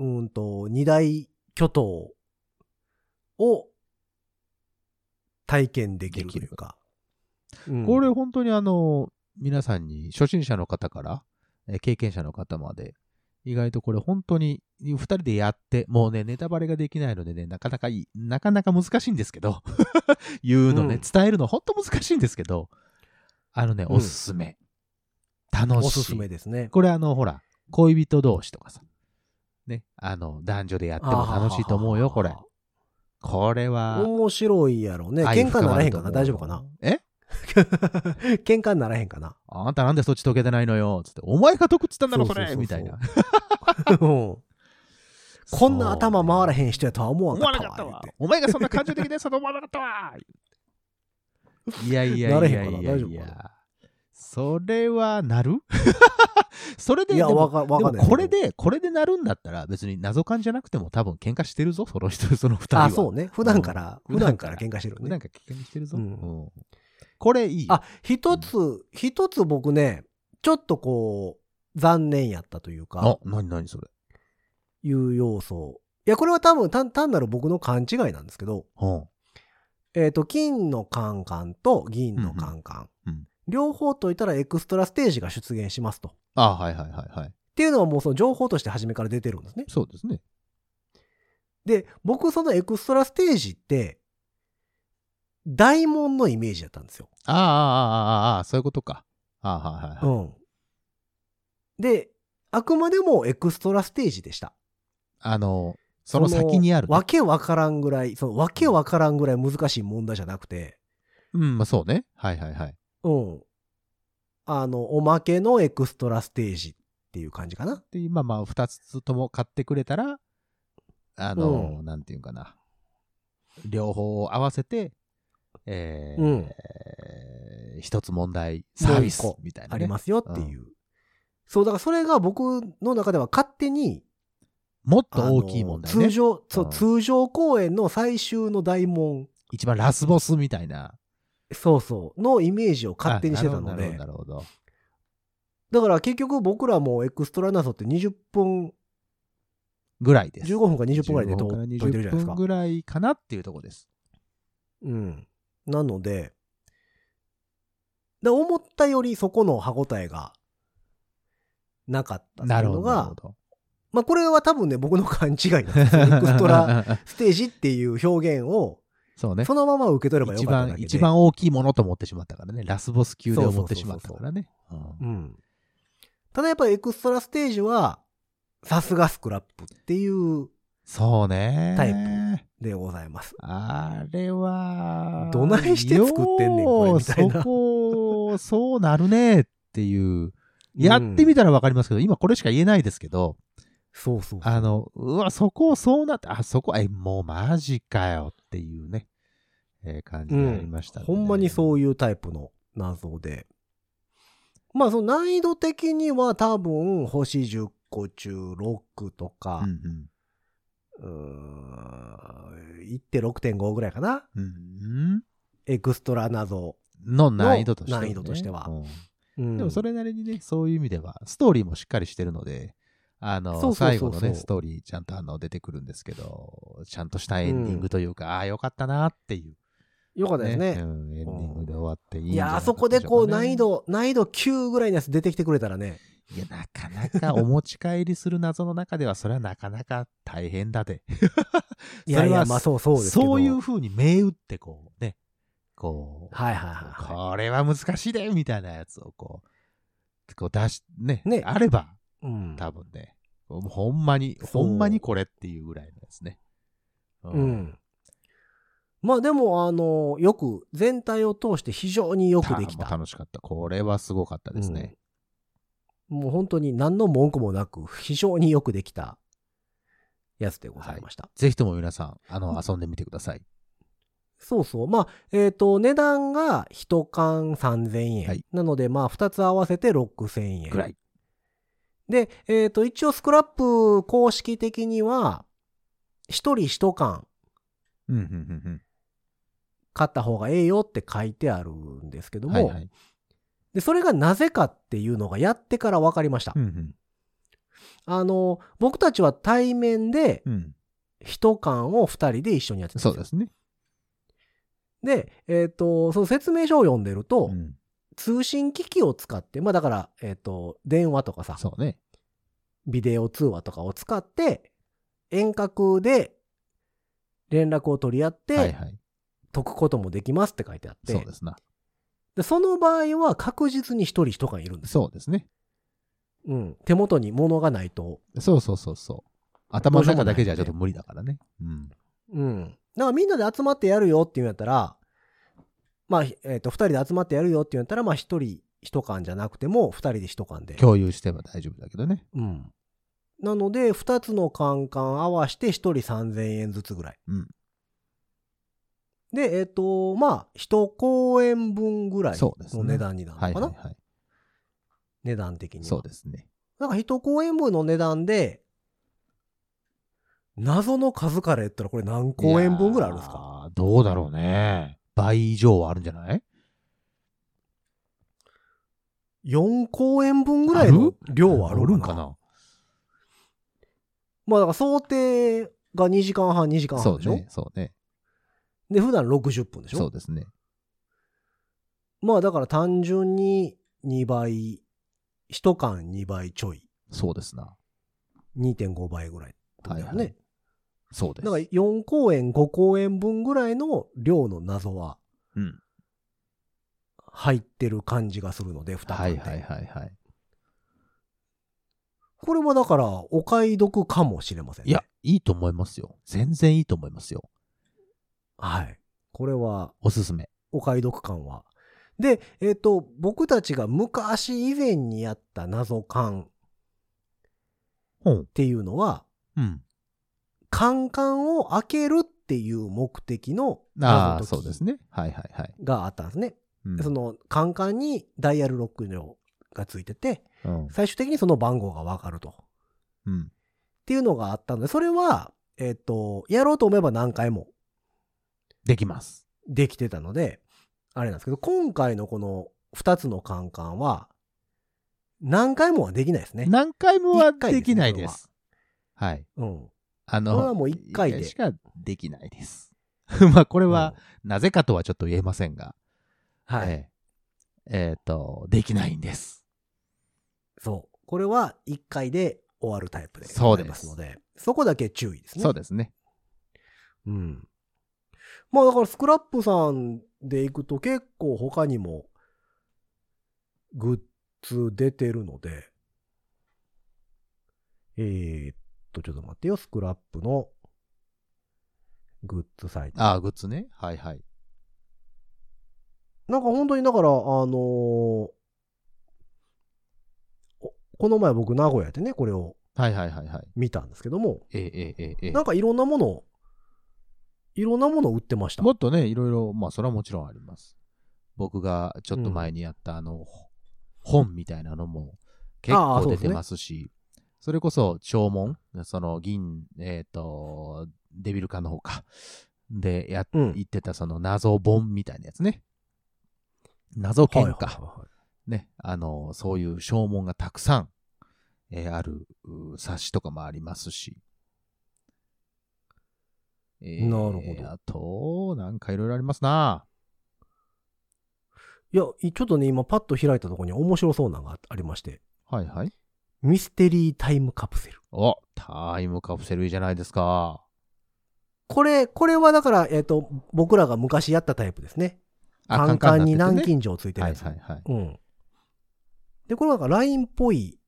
Speaker 2: ーんと、二大巨頭を体験できるというか。うん
Speaker 3: これ本当にあの、皆さんに、初心者の方から、えー経験者の方まで、意外とこれ本当に、二人でやって、もうね、ネタバレができないのでね、なかなかいい、なかなか難しいんですけど、 言うのね、
Speaker 2: うん
Speaker 3: 伝えるの本当難しいんですけど、あのね、
Speaker 2: うん
Speaker 3: おすすめ。楽しい。
Speaker 2: おすすめですね。
Speaker 3: これあの、ほら、恋人同士とかさ、ね、あの、男女でやっても楽しいと思うよ、
Speaker 2: あー
Speaker 3: これ。これは、
Speaker 2: 面白いやろうね。
Speaker 3: 愛
Speaker 2: 喧嘩
Speaker 3: 深
Speaker 2: にな
Speaker 3: ま
Speaker 2: らへ
Speaker 3: る
Speaker 2: ん
Speaker 3: と
Speaker 2: か
Speaker 3: 思
Speaker 2: な
Speaker 3: う
Speaker 2: 大丈夫かな
Speaker 3: え
Speaker 2: 喧嘩になら へんかな
Speaker 3: あんたなんでそっち解けてないのよつって、お前が解くっつったんだろ、
Speaker 2: そ
Speaker 3: そ
Speaker 2: うそう
Speaker 3: れ
Speaker 2: そうそう
Speaker 3: みたいな。
Speaker 2: うんこんな頭回らへん人やとは思わ
Speaker 3: 思
Speaker 2: なか
Speaker 3: わ
Speaker 2: っ
Speaker 3: な
Speaker 2: た
Speaker 3: か
Speaker 2: わ。言う
Speaker 3: ったわ
Speaker 2: て。
Speaker 3: お前がそんな感情的で、その思わなかったわ。いやいや
Speaker 2: ないれ
Speaker 3: や
Speaker 2: へんかない
Speaker 3: や
Speaker 2: 大丈
Speaker 3: い
Speaker 2: 夫か
Speaker 3: や。それはなる それで、
Speaker 2: いや、
Speaker 3: でも
Speaker 2: わかわかん
Speaker 3: で
Speaker 2: ない。
Speaker 3: もこれ、で、これでなるんだったら、別に謎感じゃなくても多分喧嘩してるぞ、その人、その二人は。
Speaker 2: あ、そうね。普段から、
Speaker 3: うん
Speaker 2: 普段から喧嘩してる
Speaker 3: なん
Speaker 2: ね。
Speaker 3: か喧嘩してるぞ。
Speaker 2: うん
Speaker 3: うんこれいいよ。
Speaker 2: あ、一つ、一つ僕ね、ちょっとこう、残念やったという
Speaker 3: あ
Speaker 2: か、、
Speaker 3: なになにそれ。
Speaker 2: いう要素。いや、これは多分単単なる僕の勘違いなんですけど、
Speaker 3: うん。
Speaker 2: えっ、と、金のカンカンと銀のカンカン。
Speaker 3: うんうんうん
Speaker 2: 両方といたらエクストラステージが出現しますと。っ
Speaker 3: あ、はいはいはいはい。
Speaker 2: ていうのはもうその情報として初めから出てるんですね。
Speaker 3: そうですね。
Speaker 2: で、僕そのエクストラステージって、大門のイメージだったんですよ。。
Speaker 3: ああ、ああ、ああ、ああ、そういうことか。ああ、はいはいはいう
Speaker 2: ん。で、あくまでもエクストラステージでした。
Speaker 3: あの、その先にある、
Speaker 2: そのわけわからんぐらい、そのわけわからんぐらい難しい問題じゃなくて、
Speaker 3: うん、まあそうね。はいはいはい。
Speaker 2: うん。あの、おまけのエクストラステージっていう感じかな。
Speaker 3: で、今まあ二つとも買ってくれたら、あの、
Speaker 2: う
Speaker 3: なんていうかな。両方を合わせて、えー
Speaker 2: うん
Speaker 3: 一つ問題、サービス
Speaker 2: もう一個
Speaker 3: みたいな、
Speaker 2: あ
Speaker 3: ね。
Speaker 2: りますよっていう。そう、だからそれが僕の中では勝手に、
Speaker 3: もっ
Speaker 2: あ
Speaker 3: と
Speaker 2: の
Speaker 3: 大きい問題ね
Speaker 2: 通。常、そうう、
Speaker 3: ん
Speaker 2: 通常公演の最終の大門、
Speaker 3: 一番ラスボスみたいな。
Speaker 2: そうそう、のイメージを勝手にしてたの
Speaker 3: あなるほ
Speaker 2: で
Speaker 3: ど、なるほど。
Speaker 2: だから結局僕らもエクストラなぞって20分、
Speaker 3: ぐらいです。
Speaker 2: 15分か20分ぐらいでと
Speaker 3: 15
Speaker 2: 解いて
Speaker 3: 分
Speaker 2: るじゃないで
Speaker 3: から
Speaker 2: す
Speaker 3: 20分
Speaker 2: か。
Speaker 3: ぐらいかなっていうとこです。
Speaker 2: うん。なので、で思ったよりそこの歯応えがなかったってい
Speaker 3: な
Speaker 2: う
Speaker 3: るほ
Speaker 2: の
Speaker 3: ど。なる
Speaker 2: が
Speaker 3: ほ、ど
Speaker 2: まあこれは多分ね、僕の勘違いなん ですよ。エクストラステージっていう表現を
Speaker 3: そうね
Speaker 2: そ。のまま受け取ればよ
Speaker 3: 一
Speaker 2: かった
Speaker 3: 番
Speaker 2: だ、けで。
Speaker 3: 一番大きいものと思ってしまったからね。ラスボス級で思ってしまったからね。うん
Speaker 2: うん。ただやっぱりエクストラステージは、さすがスクラップっていう
Speaker 3: そうね。
Speaker 2: タイプでございます。
Speaker 3: あれは、
Speaker 2: どないして作ってんねんこれみたいな
Speaker 3: ようそこ、そうなるねっていう。やってみたらわかりますけど、今これしか言えないですけど、
Speaker 2: そうそうそう
Speaker 3: あの、うわ、そこをそうなって、あ、そこ、え、もうマジかよっていうね、えー感じになりましたね、
Speaker 2: ほんまにそうういうタイプの謎で。まあその難易度的には多分星10個中6とか
Speaker 3: ん、うん。
Speaker 2: うーん、1.6.5ぐらいかな。
Speaker 3: うん
Speaker 2: エクストラ謎。
Speaker 3: うん。の難易度としては、
Speaker 2: の難易度としては
Speaker 3: うん
Speaker 2: うん
Speaker 3: でもそれなりにね、そういう意味では、ストーリーもしっかりしてるので、あの、
Speaker 2: そうそうそうそう
Speaker 3: 最後のね、ストーリー、ちゃんとあの、出てくるんですけど、ちゃんとしたエンディングというか、ああ、よかったなっていう
Speaker 2: よかったですね。
Speaker 3: うんエンディングで終わっていいん
Speaker 2: い
Speaker 3: じゃな
Speaker 2: や、
Speaker 3: か
Speaker 2: あ
Speaker 3: った
Speaker 2: そ
Speaker 3: し
Speaker 2: こ
Speaker 3: ょうかね
Speaker 2: でこう難易。度、難易度9ぐらいのやつ出てきてくれたらね。
Speaker 3: いや、なかなかお持ち帰りする謎の中では、それはなかなか大変だで。
Speaker 2: いやい
Speaker 3: それ
Speaker 2: や、
Speaker 3: は
Speaker 2: まあそうそうですけど。
Speaker 3: そういう。風に銘打ってこうね、こう、
Speaker 2: はいはいは
Speaker 3: これは難しいでみたいなやつをこう、こう出し、ね、
Speaker 2: ね
Speaker 3: あれば、
Speaker 2: い。うん。
Speaker 3: 多分ね、もうほんまに、
Speaker 2: そう
Speaker 3: ほんまにこれっていうぐらいのやつね。う
Speaker 2: う。ん。まあでも、あの、よく、全体を通して非常によくでき
Speaker 3: もう
Speaker 2: た。
Speaker 3: 楽しかった。これはすごかったですね。
Speaker 2: もう本当に何の文句もなく、非常によくできたやつでございました。
Speaker 3: ぜひとも皆さん、あの、遊んでみてください。
Speaker 2: そうそう。まあ、えっ、と、値段が1缶3000円。
Speaker 3: はい
Speaker 2: なので、まあ、2つ合わせて6000円。
Speaker 3: ぐらい。
Speaker 2: で、えっ、と、一応スクラップ公式的には、1人1缶
Speaker 3: うん、うん、うん、
Speaker 2: 買った方がええよって書いてあるんですけ
Speaker 3: う
Speaker 2: ど
Speaker 3: ん。
Speaker 2: も、
Speaker 3: はい、はい。
Speaker 2: で、それがなぜかっていうのがやってから分かりました。
Speaker 3: うん、うん
Speaker 2: あの、僕たちは対面で、
Speaker 3: うん。
Speaker 2: 1缶を2人で一緒にやってたんですよ
Speaker 3: そうですね。
Speaker 2: で、えっ、と、その説明書を読んでると、
Speaker 3: うん
Speaker 2: 通信機器を使って、まあだから、えっ、と、電話とかさ、
Speaker 3: そうね。
Speaker 2: ビデオ通話とかを使って、遠隔で連絡を取り合って、
Speaker 3: はい、はい。
Speaker 2: 解くこともできますって書いてあって、
Speaker 3: そうですな。
Speaker 2: でその場合は確実に一人一缶いるんですよ。
Speaker 3: そうですね。
Speaker 2: うん。手元に物がないと。
Speaker 3: そうそうそうそう。頭の中だけじゃちょっと無理だからね。うん。
Speaker 2: うん。だからみんなで集まってやるよっていうんやったら、まあ、えっ、と、二人で集まってやるよっていうんやったら、まあ一人一缶じゃなくても、二人で一缶で。
Speaker 3: 共有しても大丈夫だけどね。
Speaker 2: うん。なので、2つのカンカン合わして1人3000円ずつぐらい。
Speaker 3: うん
Speaker 2: で、えっ、と、まあ、1公演分ぐらい
Speaker 3: そうですね
Speaker 2: の値段になるのか
Speaker 3: は
Speaker 2: な、
Speaker 3: い、はい、はい。
Speaker 2: 値段的には。
Speaker 3: そうですね。
Speaker 2: なんか1公演分の値段で、謎の数から言ったらこれ何公演分ぐらいあるんですか
Speaker 3: いやーどうだろうね。倍以上はあるんじゃない
Speaker 2: ?4 公演分ぐらいの量はある
Speaker 3: ん
Speaker 2: ん
Speaker 3: か
Speaker 2: かな
Speaker 3: な
Speaker 2: まあ、だから想定が2時間半、2時間
Speaker 3: そ
Speaker 2: 半
Speaker 3: う
Speaker 2: でしょ、
Speaker 3: ね。そうね。
Speaker 2: で、普段60分でしょ
Speaker 3: そうですね。
Speaker 2: まあだから単純に2倍、1缶2倍ちょい、
Speaker 3: そうですな。
Speaker 2: 2.5倍ぐらいだ
Speaker 3: はい、
Speaker 2: よね。
Speaker 3: はい。そうです。
Speaker 2: だから4公演、5公演分ぐらいの量の謎は
Speaker 3: うん。
Speaker 2: 入ってる感じがするので、2缶で。
Speaker 3: はいはいはいはい。
Speaker 2: これはだからお買い得かもしれません、ね。
Speaker 3: いや、、いいと思いますよ。全然いいと思いますよ。
Speaker 2: はい。これは
Speaker 3: おすすめ。
Speaker 2: お買い得感は。で、えっ、と、僕たちが昔以前にやった謎缶っ
Speaker 3: うん。
Speaker 2: ていうのは、
Speaker 3: うん。
Speaker 2: 缶缶を開けるっていう目的の
Speaker 3: あ
Speaker 2: 謎
Speaker 3: あ、
Speaker 2: 解
Speaker 3: そう
Speaker 2: き
Speaker 3: ですね。はいはいはい。
Speaker 2: があったんですね。
Speaker 3: うん
Speaker 2: そのカンカンにダイヤルロックのがついてて、
Speaker 3: うん
Speaker 2: 最終的にその番号がわかると。っ
Speaker 3: うん。
Speaker 2: ていうのがあったので、それは、えっ、と、やろうと思えば何回も
Speaker 3: できます。
Speaker 2: できてたので、あれなんですけど、今回のこの2つのカンカンは、何回もはできないですね。
Speaker 3: 何回もは
Speaker 2: 一回ですね
Speaker 3: できないです。はい。
Speaker 2: うん。
Speaker 3: あの、
Speaker 2: これはもう一回で
Speaker 3: 一しかできないです。 まあ、これ
Speaker 2: こ
Speaker 3: は、、なぜかとはちょっと言えませんが、
Speaker 2: はい、
Speaker 3: えーえーと、できないんです。
Speaker 2: そう。これは1回で終わるタイプで
Speaker 3: そ
Speaker 2: ご
Speaker 3: う
Speaker 2: ざ
Speaker 3: で
Speaker 2: い
Speaker 3: す
Speaker 2: ますので、そこだけ注意ですね。
Speaker 3: そうですね。
Speaker 2: うん。まあだからスクラップさんで行くと結構他にもグッズ出てるので、えー、っと、ちょっと待ってよ、スクラップのグッズサイト。
Speaker 3: ああ、グッズね。はいはい。
Speaker 2: なんか本当にだから、あのーおこの前僕名古屋でね、これを
Speaker 3: はいはいはいはい。
Speaker 2: 見たんですけども、
Speaker 3: えー、えー、えーえー
Speaker 2: なんかいろんなもの、いろんなもの売ってました。
Speaker 3: もっとね、いろいろ、まあ、それはもちろんあります。僕がちょっと前にやった、あの、ほ本みたいなのも結
Speaker 2: ああそ
Speaker 3: 構
Speaker 2: うで
Speaker 3: 出
Speaker 2: すね
Speaker 3: てますし、それこそ、弔問、その、銀、えっ、と、デビルカの方か。で、やっ、
Speaker 2: うん
Speaker 3: 言ってた、その、謎本みたいなやつね。謎
Speaker 2: はいは
Speaker 3: 剣
Speaker 2: い
Speaker 3: か。
Speaker 2: はいはい
Speaker 3: ね、あの、そういう証文がたくさん、えーある、う冊子とかもありますし、え
Speaker 2: なるほど
Speaker 3: あと、なんかいろいろありますな。
Speaker 2: いや、いちょっとね、今パッと開いたところに面白そうなのがありまして、
Speaker 3: はいはい。
Speaker 2: ミステリータイムカプセル。
Speaker 3: お、タイムカプセルいいじゃないですか。
Speaker 2: これ、これはだから、えっ、と、僕らが昔やったタイプですね。
Speaker 3: あ
Speaker 2: カンカンに
Speaker 3: なって
Speaker 2: 南
Speaker 3: て
Speaker 2: 京
Speaker 3: ね
Speaker 2: 錠ついてるやつ。
Speaker 3: はいはいはい。
Speaker 2: うん。で、これはなんか LINE っぽい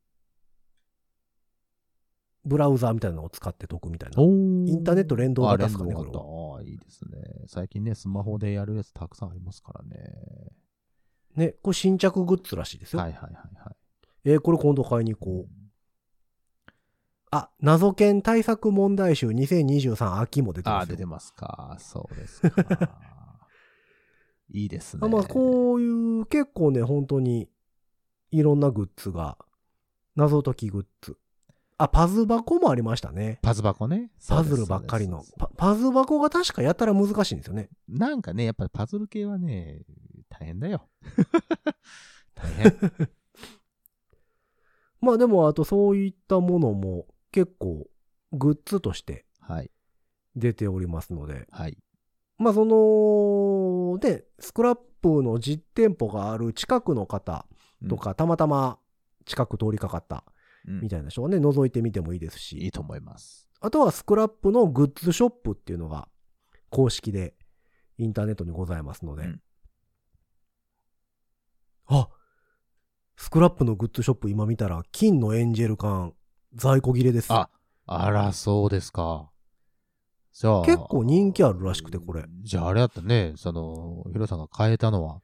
Speaker 2: ブラウザーみたいなのを使って解くみたいな。イ
Speaker 3: イ
Speaker 2: ンターネット連動型ですかね、
Speaker 3: あ
Speaker 2: こ
Speaker 3: 連
Speaker 2: れ
Speaker 3: 動
Speaker 2: は。
Speaker 3: 型あーいいですね。最近ね、スマホでやるやつたくさんありますからね。
Speaker 2: ね、これ新着グッズらしいですよ。
Speaker 3: はいはいはいはい。
Speaker 2: えーこれ今度買いに行こう。あ、謎研対策問題集2023秋も出て
Speaker 3: あ
Speaker 2: ま
Speaker 3: ー
Speaker 2: す
Speaker 3: 出
Speaker 2: よ。
Speaker 3: てますか。そうです か。いいですね。
Speaker 2: あまあ、こういう、結構ね、本当に、いろんなグッズが、謎解きグッズ。あ、パズ箱もありましたね。
Speaker 3: パズ箱ね。
Speaker 2: パズルばっかりの
Speaker 3: そうです。
Speaker 2: パパズ箱が確かやたら難しいんですよね。
Speaker 3: なんかね、やっぱりパズル系はね、大変だよ。 大変。
Speaker 2: まあでも、あとそういったものも結構グッズとして
Speaker 3: はい。
Speaker 2: 出ておりますので、
Speaker 3: はい。
Speaker 2: まあその、で、スクラップの実店舗がある近くの方とか、たまたま近く通りかかった
Speaker 3: うん、
Speaker 2: みたいな人はね、覗いてみてもいいですし
Speaker 3: いい、と思います。
Speaker 2: あとはスクラップのグッズショップっていうのが公式でインターネットにございますので。
Speaker 3: うん
Speaker 2: あスクラップのグッズショップ今見たら金のエンジェル缶在庫切れです。
Speaker 3: あ、あら、そうですか。じゃあ。
Speaker 2: 結構人気あるらしくてこれ。
Speaker 3: じゃあ、あれだったね。その、ヒロさんが変えたのは、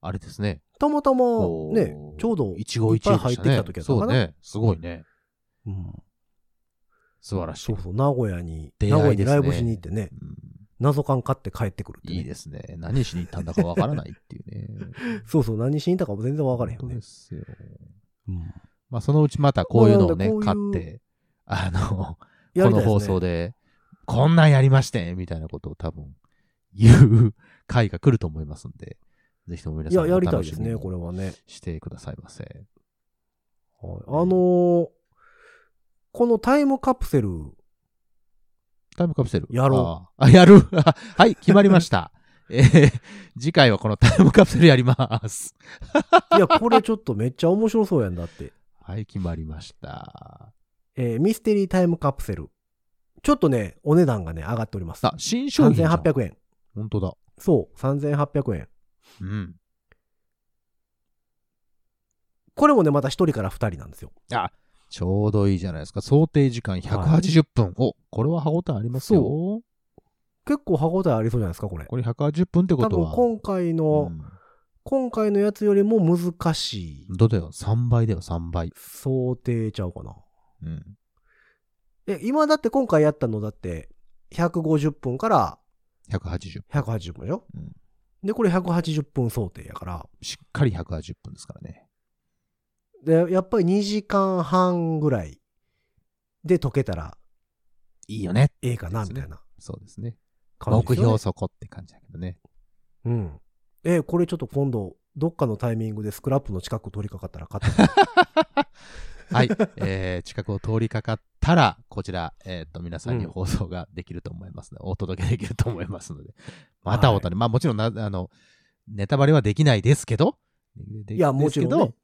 Speaker 3: あれですね。
Speaker 2: たまたま
Speaker 3: こう
Speaker 2: ね、ちょうど、
Speaker 3: 一期一会でした
Speaker 2: い
Speaker 3: ね。
Speaker 2: っぱい入ってきた時だったかな
Speaker 3: そうね。すごいね。
Speaker 2: うん、
Speaker 3: 素晴らしい。
Speaker 2: そうそう、名古屋に、
Speaker 3: 出
Speaker 2: 名古
Speaker 3: 会
Speaker 2: 屋
Speaker 3: いで
Speaker 2: に
Speaker 3: すね
Speaker 2: ライブしに行ってね、
Speaker 3: うん
Speaker 2: 謎缶買って帰ってくるって、ね、
Speaker 3: いいですね。何しに行ったんだかわからないっ ていうね。
Speaker 2: そうそう、何しに行ったかも全然分からへんよ
Speaker 3: 本当
Speaker 2: ね
Speaker 3: で。すよ。
Speaker 2: うん
Speaker 3: まあ、そのうちまたこういうのをね、
Speaker 2: まあな
Speaker 3: 買
Speaker 2: ん
Speaker 3: っ
Speaker 2: でこういう
Speaker 3: て、あの、
Speaker 2: やりた
Speaker 3: この
Speaker 2: いですね
Speaker 3: 放送で、こんなんやりましてみたいなことを多分、言う回が来ると思いますんで、ぜひとも皆
Speaker 2: い
Speaker 3: さん
Speaker 2: や、
Speaker 3: お
Speaker 2: やりたい
Speaker 3: 楽
Speaker 2: で
Speaker 3: し
Speaker 2: す
Speaker 3: み
Speaker 2: ね、
Speaker 3: に
Speaker 2: これはね。
Speaker 3: してくださいませ。
Speaker 2: はいあのーこのタイムカプセル、
Speaker 3: タイムカプセル。
Speaker 2: やろ
Speaker 3: う。あ、やる。 あはい、決まりました。 えー次回はこのタイムカプセルやります。
Speaker 2: いや、これちょっとめっちゃ面白そうやんだって。
Speaker 3: はい、決まりました。
Speaker 2: えーミステリータイムカプセル。ちょっとね、お値段がね、上がっております
Speaker 3: あ。、新商品じゃん。
Speaker 2: 3800円。
Speaker 3: 本当だ。
Speaker 2: そう、3800円。
Speaker 3: うん。
Speaker 2: これもね、また一人から二人なんですよ。
Speaker 3: ちょうどいいじゃないですか。想定時間180分。お、これは歯応えありますよ。
Speaker 2: 結構歯応えありそうじゃないですか、これ。
Speaker 3: これ180分ってこ
Speaker 2: 多
Speaker 3: とは。
Speaker 2: 分今回の、今回のやつよりも難しい
Speaker 3: うんどうだよ ?3 倍だよ、3倍。
Speaker 2: 想定ちゃうかな。
Speaker 3: うん。
Speaker 2: え、今だって今回やったのだって、150分から
Speaker 3: 180。
Speaker 2: 180分でしょ、
Speaker 3: うん
Speaker 2: で、これ180分想定やから。
Speaker 3: しっかり180分ですからね。
Speaker 2: で、やっぱり2時間半ぐらいで解けたら
Speaker 3: いいよね。
Speaker 2: ええかな、
Speaker 3: そ
Speaker 2: み
Speaker 3: うで
Speaker 2: た
Speaker 3: すね
Speaker 2: いな
Speaker 3: そうですね。
Speaker 2: 感じ
Speaker 3: 目
Speaker 2: ですよね
Speaker 3: 標そこって感じだけどね。
Speaker 2: うん。えこれちょっと今度、どっかのタイミングでスクラップの近く通りかかったら買って。
Speaker 3: はい。えー、近くを通りかかったら、こちら、えっ、と、皆さんに
Speaker 2: うん
Speaker 3: 放送ができると思いますので、お届けできると思いますので、またおたり、まあもちろんな、あの、ネタバレはできないですけど、で
Speaker 2: いや、もちろん、
Speaker 3: です
Speaker 2: ね
Speaker 3: けど。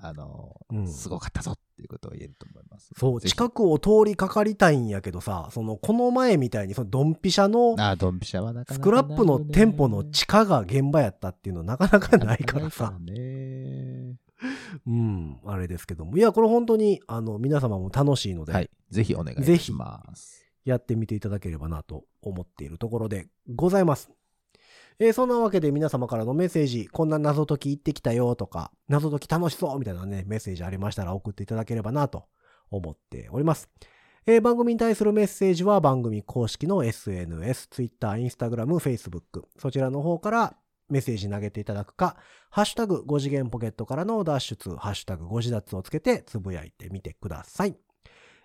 Speaker 3: あの、
Speaker 2: うん
Speaker 3: すごかったぞっていうことを言えると思います。
Speaker 2: そう、
Speaker 3: ぜひ
Speaker 2: 近くを通りかかりたいんやけどさ、その、この前みたいに、その、ドンピシャの、
Speaker 3: あー、ドンピシャはなか
Speaker 2: ス
Speaker 3: な
Speaker 2: ク
Speaker 3: かない
Speaker 2: ラ
Speaker 3: よね
Speaker 2: ップの店舗の地下が現場やったっていうのなかなかないから
Speaker 3: な
Speaker 2: さ
Speaker 3: か。ね
Speaker 2: うん、あれですけども。いや、これ本当に、あの、皆様も楽しいので、
Speaker 3: はい。ぜひお願いいたします。
Speaker 2: やってみていただければなと思っているところでございます。えーそんなわけで皆様からのメッセージ、こんな謎解き行ってきたよとか、謎解き楽しそうみたいなね、メッセージありましたら送っていただければなと思っております。えー番組に対するメッセージは番組公式の SNS、Twitter、Instagram、Facebook、そちらの方からメッセージ投げていただくか、ハッシュタグ5次元ポケットからの脱出、ハッシュタグ5次脱をつけてつぶやいてみてください。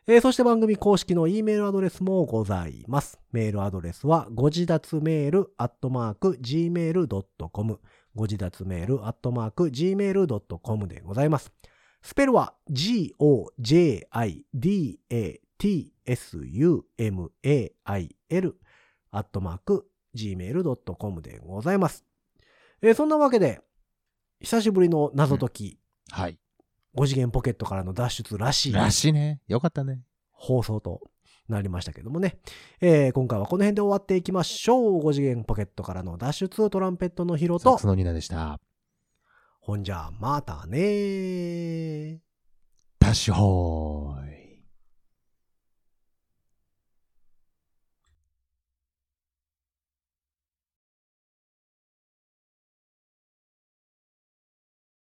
Speaker 2: えーそして番組公式の E メールアドレスもございます。メールアドレスは、ご自立メールアットマーク gmail.com。ご自立メールアットマーク gmail.com でございます。スペルは、g-o-j-i-d-a-t-s-u-m-a-i-l アットマーク、gmail.com でございます。えーそんなわけで、久しぶりの謎解き、
Speaker 3: はい。
Speaker 2: 5次元ポケットからの脱出らしい
Speaker 3: らしいね。よかったね。
Speaker 2: 放送となりましたけどもね、えー今回はこの辺で終わっていきましょう。5次元ポケットからの脱出、トランペットのヒロ
Speaker 3: サッ
Speaker 2: と
Speaker 3: クス、のニナでした。
Speaker 2: ほんじゃ、またねー。
Speaker 3: ダッシュホー